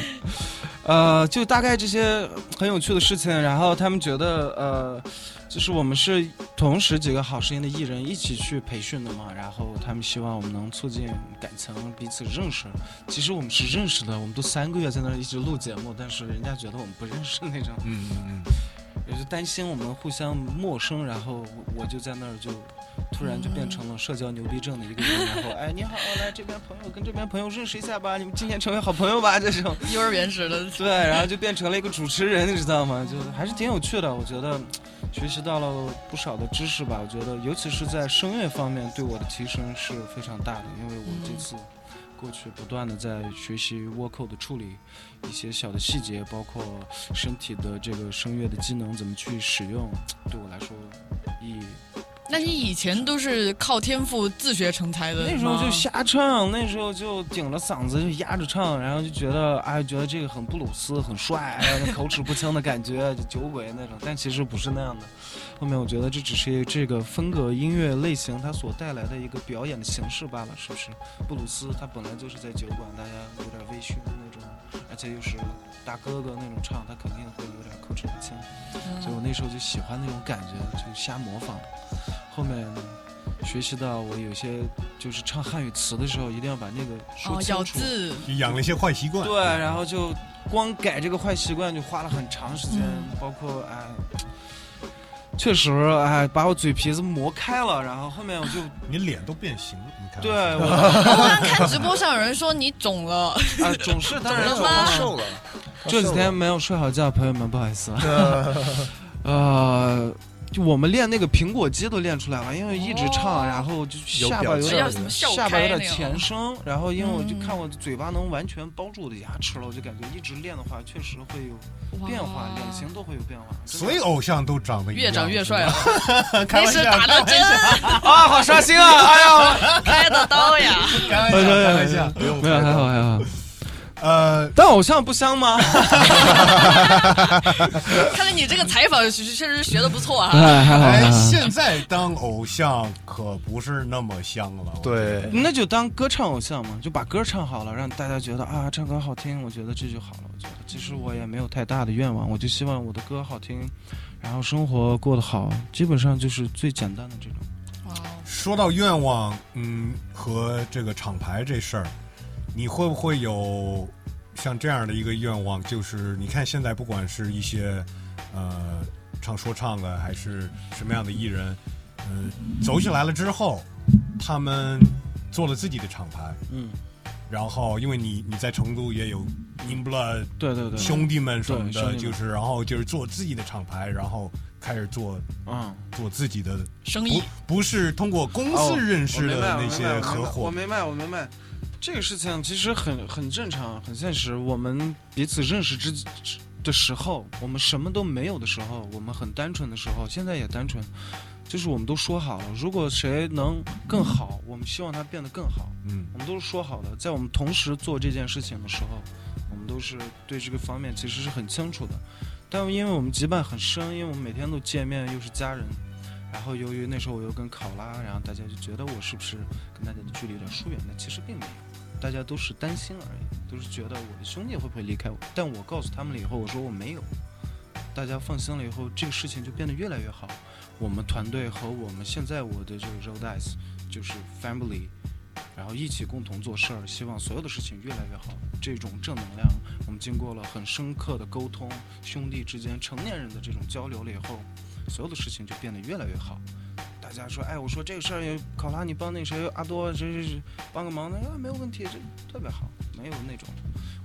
呃，就大概这些很有趣的事情，然后他们觉得呃，就是我们是同时几个好声音的艺人一起去培训的嘛，然后他们希望我们能促进感情，彼此认识。其实我们是认识的，我们都三个月在那儿一直录节目，但是人家觉得我们不认识那种，嗯嗯也就担心我们互相陌生，然后我我就在那儿就突然就变成了社交牛逼症的一个人，然后哎你好，来这边朋友跟这边朋友认识一下吧，你们今天成为好朋友吧这种，幼儿园时的， 对，然后就变成了一个主持人，你知道吗？就是还是挺有趣的，我觉得学习到了不少的知识吧，我觉得尤其是在声乐方面对我的提升是非常大的，因为我这次。过去不断的在学习倭寇的处理，一些小的细节，包括身体的这个声乐的机能怎么去使用，对我来说意义。那你以前都是靠天赋自学成才的吗？那时候就瞎唱，那时候就顶着嗓子就压着唱，然后就觉得哎，觉得这个很布鲁斯，很帅，然后那口齿不清的感觉，就酒鬼那种。但其实不是那样的。后面我觉得这只是这个风格音乐类型它所带来的一个表演的形式罢了，是不是？布鲁斯它本来就是在酒馆，大家有点微醺的那种，哎，且又是大哥哥那种唱，他肯定会有点口齿不清，所以我那时候就喜欢那种感觉，就瞎模仿。后面学习到我有些就是唱汉语词的时候，一定要把那个说哦，清咬楚。 字，就养了一些坏习惯。嗯对，然后就光改这个坏习惯就花了很长时间，嗯包括哎，确实哎，把我嘴皮子磨开了。然后后面我就你脸都变形了，你看。对 我我刚看直播上有人说你肿了，啊，总是当然怎总么了是瘦了，这几天没有睡好觉，朋友们，不好 意思 啊。呃，就我们练那个苹果肌都练出来了，因为一直唱，哦然后就有下表巴有情点要怎么笑下巴有开点那样前伸，然后因为我就嗯看我嘴巴能完全包住我的牙齿了，我就感觉一直练的话，确实会有变化，脸型都会有变化。真的所以偶像都长得一样越长越帅了。， 开玩是笑打的针啊，好伤心啊！哎呀， 开的刀呀，开玩笑，开玩笑，不用 没有，还好还好。呃，但偶像不香 吗？看来你这个采访确实学的不错啊。哎，还哎，现在当偶像可不是那么香了。我对，那就当歌唱偶像嘛，就把歌唱好了，让大家觉得啊，唱歌好听，我觉得这就好了。我觉得其实我也没有太大的愿望，我就希望我的歌好听，然后生活过得好，基本上就是最简单的这种。哇哦说到愿望，嗯，和这个厂牌这事儿，你会不会有像这样的一个愿望？就是你看现在不管是一些呃唱说唱的，还是什么样的艺人，嗯、走起来了之后，他们做了自己的厂牌，嗯，然后因为你你在成都也有 In Blood 对对对，兄弟们什么对兄弟的，们就是然后就是做自己的厂牌，然后开始做嗯，做自己的，生不意不是通过公哦司认识我明白的我那明白些合我伙。明白，我明白，我明白。这个事情其实很很正常，很现实。我们彼此认识之之的时候，我们什么都没有的时候，我们很单纯的时候，现在也单纯。就是我们都说好了，如果谁能更好，我们希望他变得更好。嗯，我们都是说好的，在我们同时做这件事情的时候，我们都是对这个方面其实是很清楚的。但因为我们羁绊很深，因为我们每天都见面，又是家人，然后由于那时候我又跟考拉，然后大家就觉得我是不是跟大家的距离有点疏远？但其实并没有，大家都是担心而已，都是觉得我的兄弟会不会离开我？但我告诉他们了以后，我说我没有，大家放心了以后，这个事情就变得越来越好。我们团队和我们现在我的这个 Road Eyes 就是 family，然后一起共同做事儿，希望所有的事情越来越好。这种正能量，我们经过了很深刻的沟通，兄弟之间、成年人的这种交流了以后，所有的事情就变得越来越好。大家说，哎，我说这个事儿，考拉你帮那谁阿多谁谁谁帮个忙，那、啊、没有问题，这特别好，没有那种。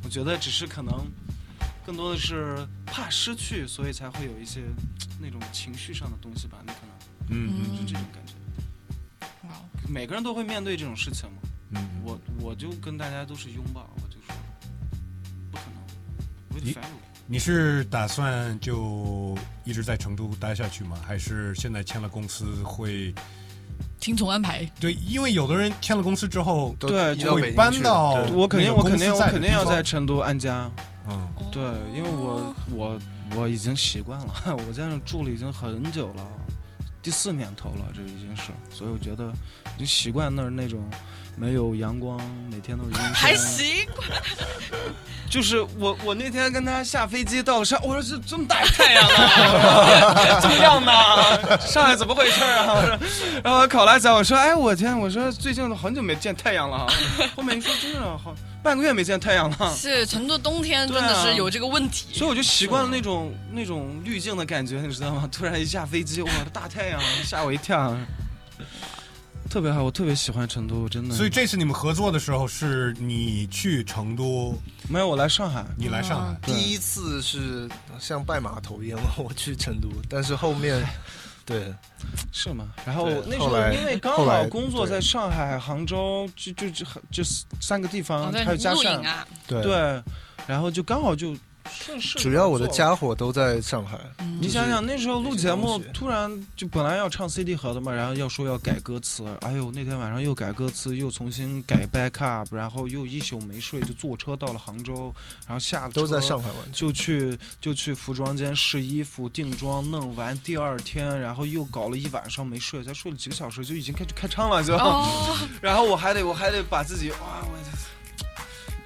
我觉得只是可能更多的是怕失去，所以才会有一些那种情绪上的东西吧，你可能嗯就嗯这种感觉。哇哦每个人都会面对这种事情嘛。嗯，我我就跟大家都是拥抱，我就说不可能你，with family。你是打算就一直在成都待下去吗？还是现在签了公司会？听从安排，对，因移到北京去对我肯定我肯定我肯定要在成都安家对因为有的人签了公司之后，都对移就到北京会搬去了到对我肯定，那我个肯公司定，我在的肯定要地方在成都安家。嗯，对，因为我我我已经习惯了， 我在那住了已经很久了，第四年头了，这已经是，所以我觉得已经习惯那儿那种没有阳光，每天 都是阴天。还行，就是我，我那天跟他下飞机到了上，我说这这么大一太阳啊， 这么亮呢，上海怎么回事啊？我说然后考拉讲，我说哎，我天，我说最近很久没见太阳了啊。后面一说真的好半个月没见太阳了，是成都冬天真对啊的是有这个问题，所以我就习惯了那种那种滤镜的感觉，你知道吗？突然一下飞机，哇，大太阳吓我一跳，啊特别好，我特别喜欢成都，真的。所以这次你们合作的时候，是你去成都，没有我来上海，你来上海，对第一次是像拜码头一样， 我去成都，但是后 面，对，是吗？然后对那时后候来因为刚后好来工作对在上海、杭州，就就就就三个地哦方，对还有加录上影啊，对对，然后就刚好就顺势。主要我的，家伙都在上海，嗯你想想那时候录节这目些东，西突然就本来要唱 CD 盒的嘛，然后要说要改歌词，哎呦，那天晚上又改歌词，又重新改 back up，然后又一宿没睡，就坐车到了杭州，然后下了都在车上海玩。就去就去服装间试衣服、定妆，弄完第二天，然后又搞了一晚上没睡，才睡了几个小时 就已经开始开唱了，就，哦，然后我还得我还得把自己哇，我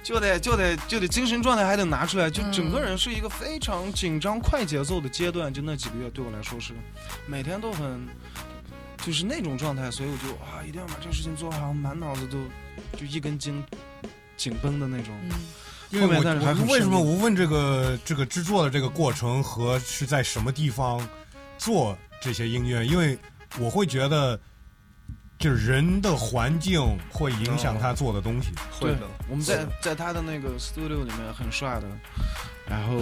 就得就得就得精神状态还得拿出来，就嗯整个人是一个非常紧张、快节奏的阶段。就那几个月对我来说是每天都很就是那种状态，所以我就啊一定要把这个事情做好，满脑子都就一根筋紧绷的那种。嗯，因为后面我但是还我很为什么顺利我问这个这个制作的这个过程和是在什么地方做这些音乐？因为我会觉得，就是人的环境会影响他做的东西。会的，我们在是在他的那个 studio 里面很帅的，然后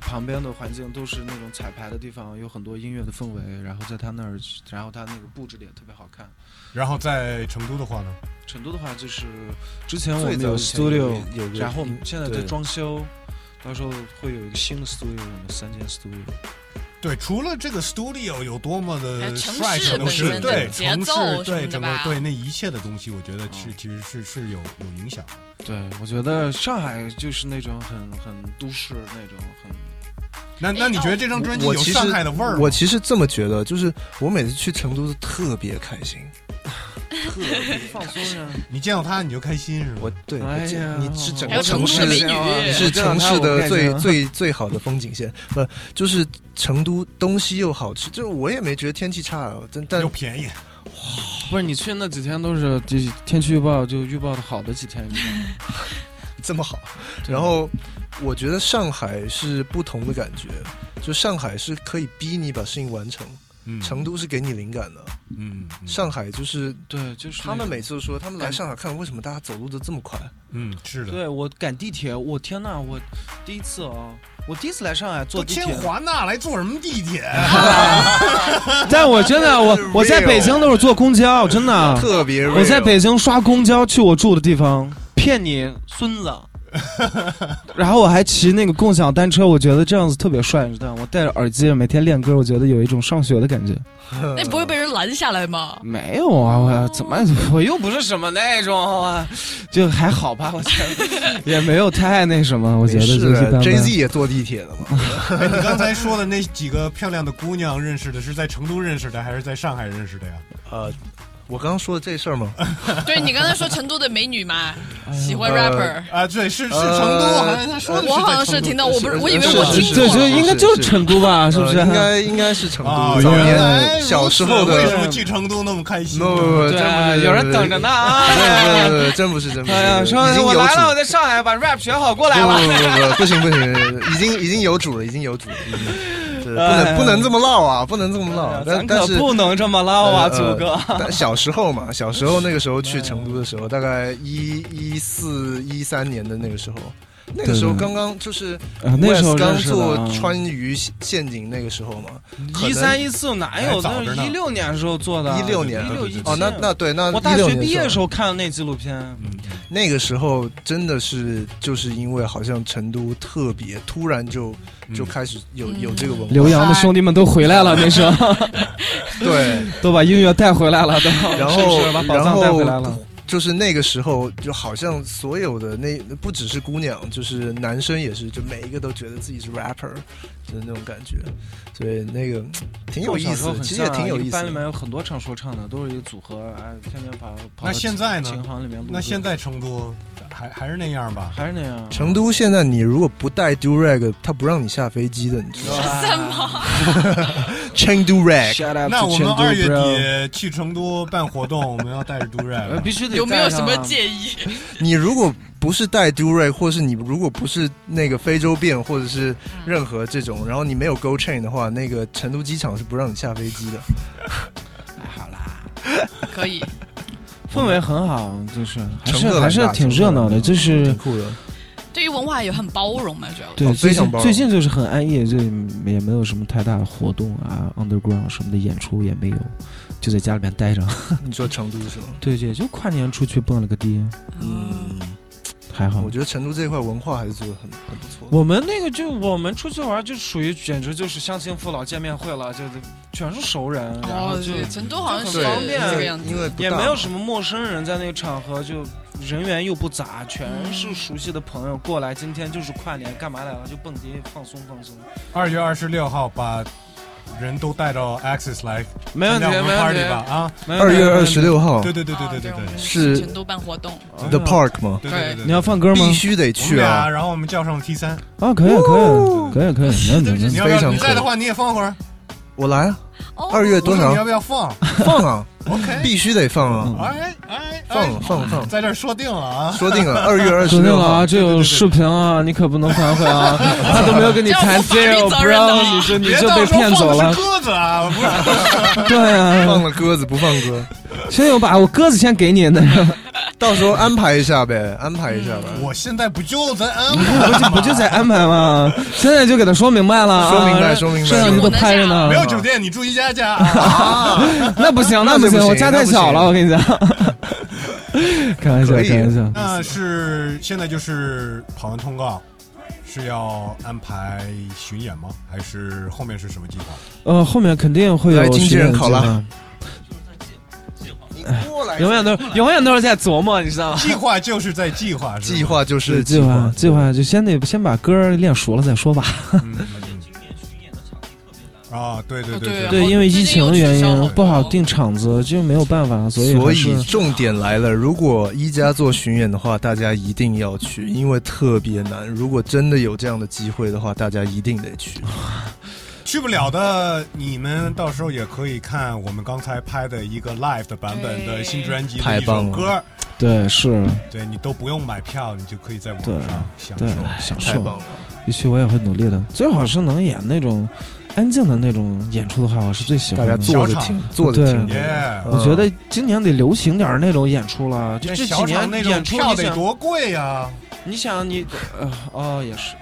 旁边的环境都是那种彩排的地方，有很多音乐的氛围。然后在他那儿，然后他那个布置的也特别好看。然后在成都的话呢，成都的话就是之前我最们早有以前有 studio，有个然后我们现在在对装修，到时候会有一个新的 studio，我们三间 studio。对，除了这个 studio 有多么还有的城市帅什么本身是的对节城市奏什么对的整个吧对那一切的东西，我觉得是其实是是有有影响的。对，我觉得上海就是那种很很都市那种很那那你觉得这张专辑我有其实上海的味儿吗？我其实这么觉得，就是我每次去成都都特别开心。特别放松呀。你见到他你就开心是吗？我对， 哎呀你是整还个有成城都市的美女啊你是城市的最最最好的风景线，不就是成都东西又好吃，就是我也没觉得天气差，啊但但又便宜，不是你去那几天都是就天气预报就预报的好的几天，你知 道吗？这么好。然后我觉得上海是不同的感觉，就上海是可以逼你把事情完成，嗯成都是给你灵感的，嗯嗯上海就是。对，就是他那们种每次都说，他们来上海看为什么大家走路都这么快？嗯是的，对我赶地铁，我天呐，我第一次哦，我第一次来上海坐都地签铁，华纳来坐什么地铁？ 但我真 的我我在北京都是坐公交，真啊的，特别 real。我在北京刷公交去我住的地方，骗你孙 子。然后我还骑那个共享单车，我觉得这样子特别帅，你知道吗？我戴着耳机每天练歌，我觉得有一种上学的感觉。 那不会被人拦下来吗？没有啊，我怎么 我又不是什么那种啊，就还好吧，我觉得也没有太那什么，我觉没得事就是一般般 J 啊 Z 也坐地铁的嘛。哎，你刚才说的那几个漂亮的姑娘认识的是在成都认识的，还是在上海认识的呀？呃，我刚刚说的这事儿啊吗？对你刚才说成都的美女嘛，喜欢 rapper，啊，对，是是呃成都，好像他说的我好像是在成听都到，我不是，我以为是我是听是错是对，了就。应该就是是是成都吧，是不是？呃应该应该是成啊都，，当原来年如此小时候为的什。么去成都那么开心呢？啊 no，no，no，真不是对，有人等着。呢啊！真不是不是不是不是真不是真不是。哎呀，说已经有我主来了，我在上哎海把 rap 学好过来了。不不不不，不行不行，已经已经有主了，已经有主了。 已经对不哎能不能这么唠啊，不能这么唠。但咱但可是不能这么捞啊，呃祖哥！但小时候嘛，小时候那个时候去成都的时候，大概一一四一三年的那个时候，那个时候对刚刚就是啊那时候 Wes 刚认识的做啊川渝陷阱那个时候嘛，一三一四哪哎有？还早着那呢一六年时候做的，一六年一六一啊哦，那那对那我大16学年毕业的的时候看的那纪录片，嗯，那个时候真的是就是因为好像成都特别突然就嗯就开始有嗯有这个文化，刘洋的兄弟们都回来了，那时候 对，都把音乐带回来了，都然后把宝然藏带回来后了。就是那个时候就好像所有的那不只是姑娘，就是男生也是，就每一个都觉得自己是 rapper，就是那种感觉，所以那个挺有意我小时思候，很其实也像啊挺有一个意思班里面的。有很多唱说唱的，都是一个组合，哎，天天跑跑。那现在呢琴行里面录歌。那现在成都还还是那样吧？还是那样。成都现在你如果不带 do rag，他不让你下飞机的，你 知道吗什么？ ？chain do rag， 那我们二月底去成都办活动，我们要带着杜瑞呃， 吧。必须得有没有带什上么啊介意？你如果不是带 do rag，或是你如果不是那个非洲变，或者是任何这种，然后你没有 go chain 的话，那个成都机场是不让你下飞机的。可以，氛围很好，就是还成是都还是很大挺热闹成的，都很大就是挺酷的。对于文化也很包容嘛，主要。对，哦最非常近包容最近就是很安逸，就也没有什么太大的活动啊，underground 什么的演出也没有，就在家里面待着。你说成都是吗？ 对对，就跨年出去蹦了个迪，嗯，还好我。觉得成都这块文化还是做的很很不错的。我们那个就我们出去玩就属于简直就是乡亲父老见面会了，就全是熟人，然后哦，就对，成都好像是对这个样因子。为也没有什么。么陌生人在那个场合，就人员又不杂，全嗯是熟悉的朋友过来。今天就是跨年，干嘛来了？就蹦迪，放松放松。二月二十六号把人都带着 Axis 来哎没问题参加我没们 party 问吧题。啊！没二问题月二十，六号对对对对对对啊我们是全都办活动，没问题 The Park 嘛，对对对对对，啊你要放歌吗？必须得我们去俩，啊！然后我们叫上了 T 三，啊，可以啊，可以啊，可以啊，可以啊，没问题，没问你题要不非要常你在的酷话你也放会儿，我来啊，哦二月多我说你要少不要放放 啊？ ？OK， 必须得放啊！哎哎放哎放放，在这儿说定了 啊！说定了，二月二说十定六了号啊，。这有视频啊，你可不能反悔啊！他都没有跟你谈这样不法律 deal，责不任的让啊你就你别就到被时候骗走放的了是。鸽子啊，不是？对放啊，了鸽子不放鸽，先有把我鸽子先给你呢，到时候安排一下呗，安排一下吧。我现在不就在安不排就吗不就在安排吗？现在就给他说明白了啊，说明白说明白摄像机都拍着呢没。有酒店，你住宜家家啊？那不行，那那就不行，行我家太小了，那我跟你讲。 开玩笑，可以开玩笑。那是现在就是跑完通告，是要安排巡演吗？还是后面是什么计划？呃，后面肯定会有来经纪人巡演考拉计划，永远都永远都是在琢磨，你知道吗？计划就是在计划，是吧计划就是嗯计划计划就先得先把歌儿练熟了再说吧。嗯嗯嗯啊，对对对对啊 对，因为疫情的原最近又取消因了不好定场子，就没有办法，所以所还以是重点来了，如果一家做巡演的话，大家一定要去，因为特别难。如果真的有这样的机会的话，大家一定得去。去不了的，你们到时候也可以看我们刚才拍的一个 live 的版本的对新专辑的太一首棒了歌，对是，对你都不用买票，你就可以在网对上享受对。享太受。棒了！也许我也会努力的，最好是能演那种安静的那种演出的话，我是最喜大欢家的。坐着小听，场坐着对听。耶！我觉得今年得流行点儿那种演出了，就这这几小年场啊那种演出票你得想多贵啊呀！你想你呃哦也 是，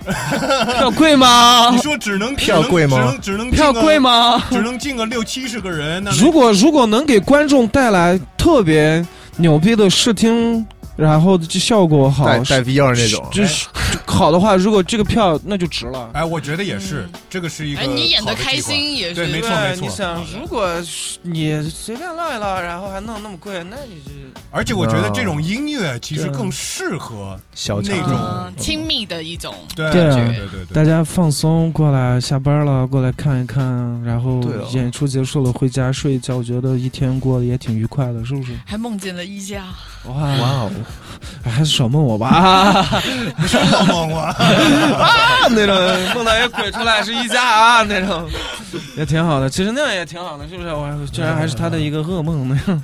票贵吗你？说只能票贵吗只能只能票贵？吗？只能进个只能进个六七十个人，那如果如果能给观众带来特别牛逼的视听，然后这效果好，带带 VR 那种，就是好的话，如果这个票那就值了。哎，我觉得也是嗯，这个是一个哎，你演好的的计划开，心也对没是错没对啊错你想，如果是你随便唠一唠，然后还弄那么贵，那你这而且我觉得嗯这种音乐其实啊对更适合小那种嗯亲密的一种，对对啊对对对大家放松过来，下班了过来看一看，然后对啊演出结束了回家睡一觉，我觉得一天过得也挺愉快的，是不是？还梦见了一家，哇哇，哎哦，还是少梦我 吧，做梦啊！啊那种梦到一鬼出来是一家啊那种，也挺好的。其实那样也挺好的，是不是？我居然还是他的一个噩梦那样。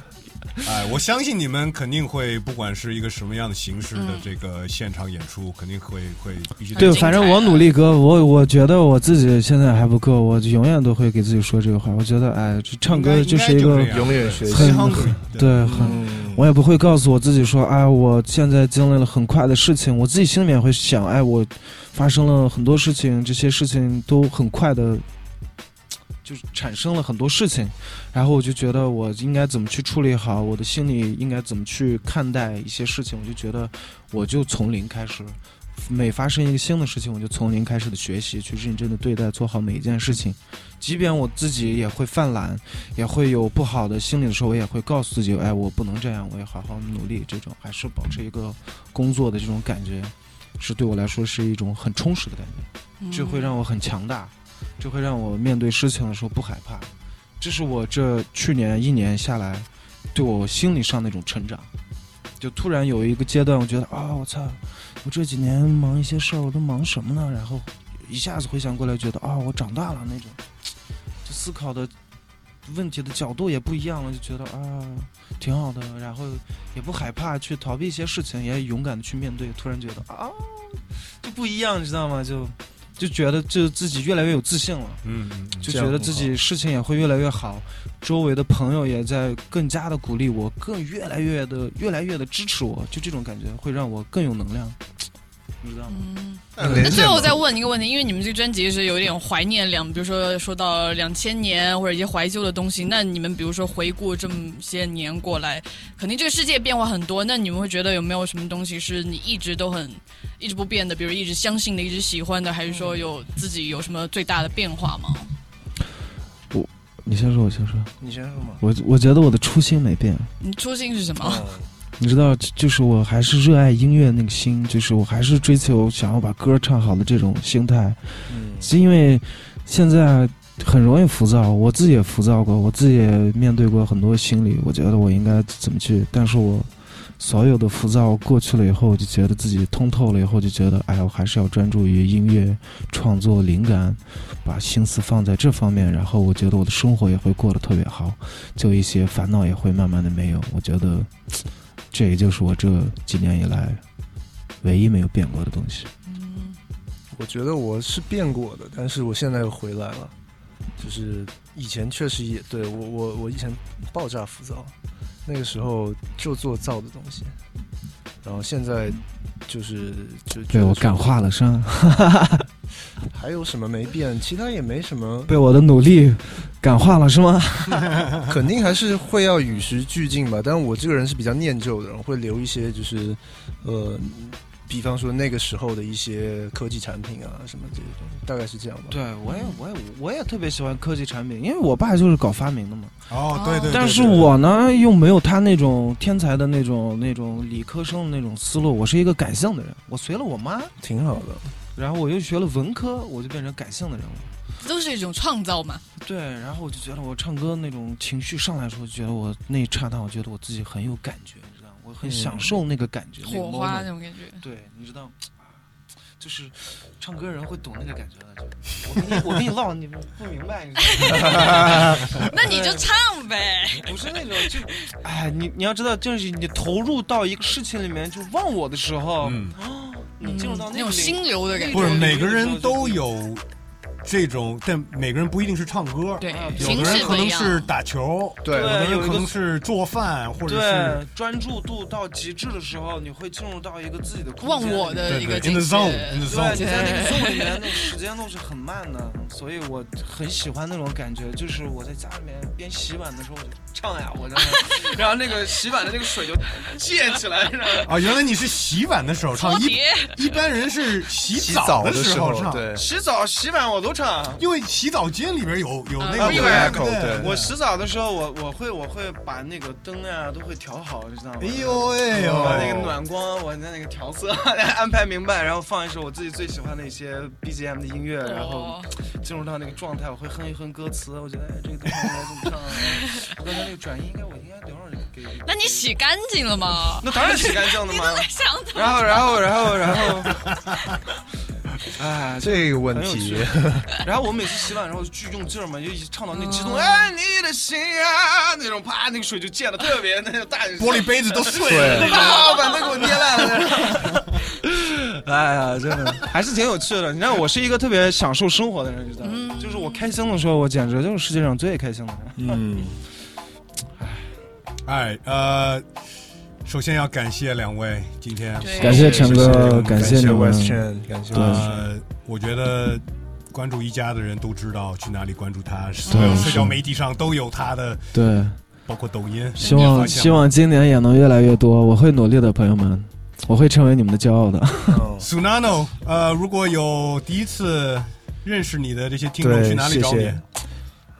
哎，我相信你们肯定会，不管是一个什么样的形式的嗯这个现场演出，肯定会会必须得对，很精彩反正我的努力哥，我我觉得我自己现在还不够，我永远都会给自己说这个话。我觉得，哎，这唱应歌该是一应该个这样永远学对习很 hungry，对很。嗯我也不会告诉我自己说，哎，我现在经历了很快的事情，我自己心里面会想，哎，我发生了很多事情，这些事情都很快的，就是产生了很多事情，然后我就觉得我应该怎么去处理好，我的心里应该怎么去看待一些事情，我就觉得我就从零开始，每发生一个新的事情，我就从零开始的学习，去认真的对待，做好每一件事情，即便我自己也会犯懒，也会有不好的心理的时候，我也会告诉自己，哎，我不能这样，我要好好努力。这种还是保持一个工作的这种感觉，是对我来说是一种很充实的感觉。嗯这会让我很强大，这会让我面对事情的时候不害怕。这是我这去年一年下来，对我心理上那种成长。就突然有一个阶段，我觉得啊、我操，我这几年忙一些事儿，我都忙什么呢？然后一下子回想过来，觉得啊、我长大了那种，就思考的问题的角度也不一样了，就觉得啊，挺好的。然后也不害怕去逃避一些事情，也勇敢的去面对。突然觉得啊，就不一样，你知道吗？就就觉得就自己越来越有自信了。嗯，嗯嗯就这觉样得很自好己事情也会越来越好，周围的朋友也在更加的鼓励我，更越来越的越来越的支持我，就这种感觉会让我更有能量，你知道吗？嗯。很连那线最后嘛再问一个问题，因为你们这个专辑是有一点怀念两，比如说说到两千年或者一些怀旧的东西，那你们比如说回顾这么些年过来，肯定这个世界变化很多，那你们会觉得有没有什么东西是你一直都很一直不变的，比如一直相信的、一直喜欢的，还是说有自己有什么最大的变化吗？你先说，我先说，你先说嘛。我我觉得我的初心没变，你初心是什么？哦嗯你知道，就是我还是热爱音乐那个心，就是我还是追求想要把歌唱好的这种心态，嗯是因为现在很容易浮躁，我自己也浮躁过，我自己也面对过很多心理，我觉得我应该怎么去，但是我所有的浮躁过去了以后，我就觉得自己通透了以后，就觉得哎，我还是要专注于音乐创作灵感，把心思放在这方面，然后我觉得我的生活也会过得特别好，就一些烦恼也会慢慢的没有，我觉得这也就是我这几年以来唯一没有变过的东西。嗯我觉得我是变过的，但是我现在又回来了。就是以前确实也对我我我以前爆炸浮躁，那个时候就做燥的东西，然后现在就是就被我感。化了是吧？就还有什么没变？其他也没什么，被我的努力感化了是吗？肯定还是会要与时俱进吧。但我这个人是比较念旧的，然后会留一些就是呃，比方说那个时候的一些科技产品啊什么这些东西，大概是这样吧。对，我也，我也，我也特别喜欢科技产品，因为我爸就是搞发明的嘛。哦，对对对对但是我呢，又没有他那种天才的那种、那种理科生的那种思路。我是一个感性的人，我随了我妈，挺好的。然后我又学了文科，我就变成感性的人了。都是一种创造嘛。对，然后我就觉得我唱歌那种情绪上来的时候，觉得我那一刹那，我觉得我自己很有感觉，你知道吗，我嗯很享受那个感觉，那个火花 moment 那种感觉，对，你知道，就是唱歌人会懂那个感觉的。就我跟 你我跟你唠，你不明白，你知道吗那你就唱呗。不是那种就，哎，你你要知道，就是你投入到一个事情里面就忘我的时候，嗯，你进入到嗯那那种个领心流的感觉，不是每个人都有这种，但每个人不一定是唱歌，对啊，有形的人式可不一能样。是打球，对有的有人一个可能是做饭，或者是对专注度到极致的时候，你会进入到一个自己的空忘间我里的对一对个，in 境 the 界 zone，in the 对， zone，你在那个 zone 里面，那个时间都是很慢的，所以我很喜欢那种感觉。就是我在家里面边洗碗的时候，我就唱呀，我在那，然后那个洗碗的那个水就溅起来，然后啊，原来你是洗碗的时候唱，搓一碟，一般人是洗洗澡澡的的时候唱，对，洗澡、洗碗我都唱。因为洗澡间里边有有那啊个有 echo，对我洗澡的时候，我我会我会把那个灯啊都会调好，你知道吗？哎呦哎把呦，那个暖光，我的那个调色安排明白，然后放一首我自己最喜欢的一些 BGM 的音乐，然后哦进入到那个状态，我会哼一哼歌词，我觉得哎这个地方应该怎么唱啊？我刚才那个转音应该我应该等会儿给。给那你洗干净了吗？那当然洗干净的你嘛都。在想怎啊么然后，然后，然后，然后，哎，这个问很有题趣。然后我每次洗碗的时候就巨用劲儿嘛，就一唱到那激动，爱你的心啊，那种啪，那个水就溅的特别那个大，玻璃杯子都碎了。对，啊，把那给我捏烂了。哎呀，真的还是挺有趣的。你看，我是一个特别享受生活的人，你知道吗？就是我开心的时候，我简直就是世界上最开心的人。嗯，哎，呃，首先要感谢两位今天，对感谢陈陈哥哥，感谢谢你 West 们。 Chen，感谢 West Chen。呃，我觉得关注一家的人都知道去哪里关注他，所有嗯社交是媒体上都有他的，对，包括抖音。希你发望现希望今年也能越来越多，我会努力的，朋友们，我会成为你们的骄傲的。嗯 Sunano，呃，如果有第一次认识你的这些听众，对去哪里找谢你谢？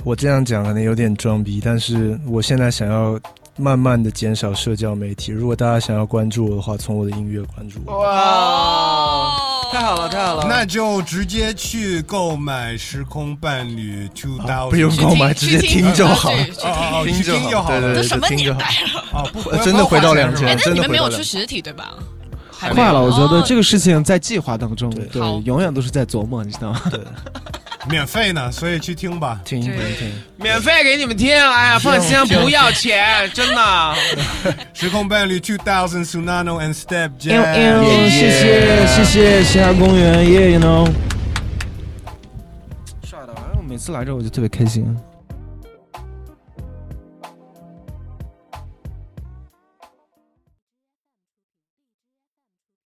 我这样讲可能有点装逼，但是我现在想要慢慢的减少社交媒体。如果大家想要关注我的话，从我的音乐关注我。哇，哦太好了，太好了！那就直接去购买《时空伴侣 Two Thousand》，啊不用去购买，直去接听就好。对去哦听哦哦，去听就好对了。对都对，什么就听年就好代。了？哦，不，呃真的回到两千哎，真那的你们没有回到出了实体对吧？还没有快了，我觉得哦这个事情在计划当中，对对好，永远都是在琢磨，你知道吗？对，免费呢，所以去听吧。听听对听。免费给你们听，哎呀，放心不要钱，真的。时空伴侣2000 Sunano and Step 哎呦哎 Jam，呦谢谢谢谢西安公园，耶，you know。帅的，哎，我每次来这我就特别开心。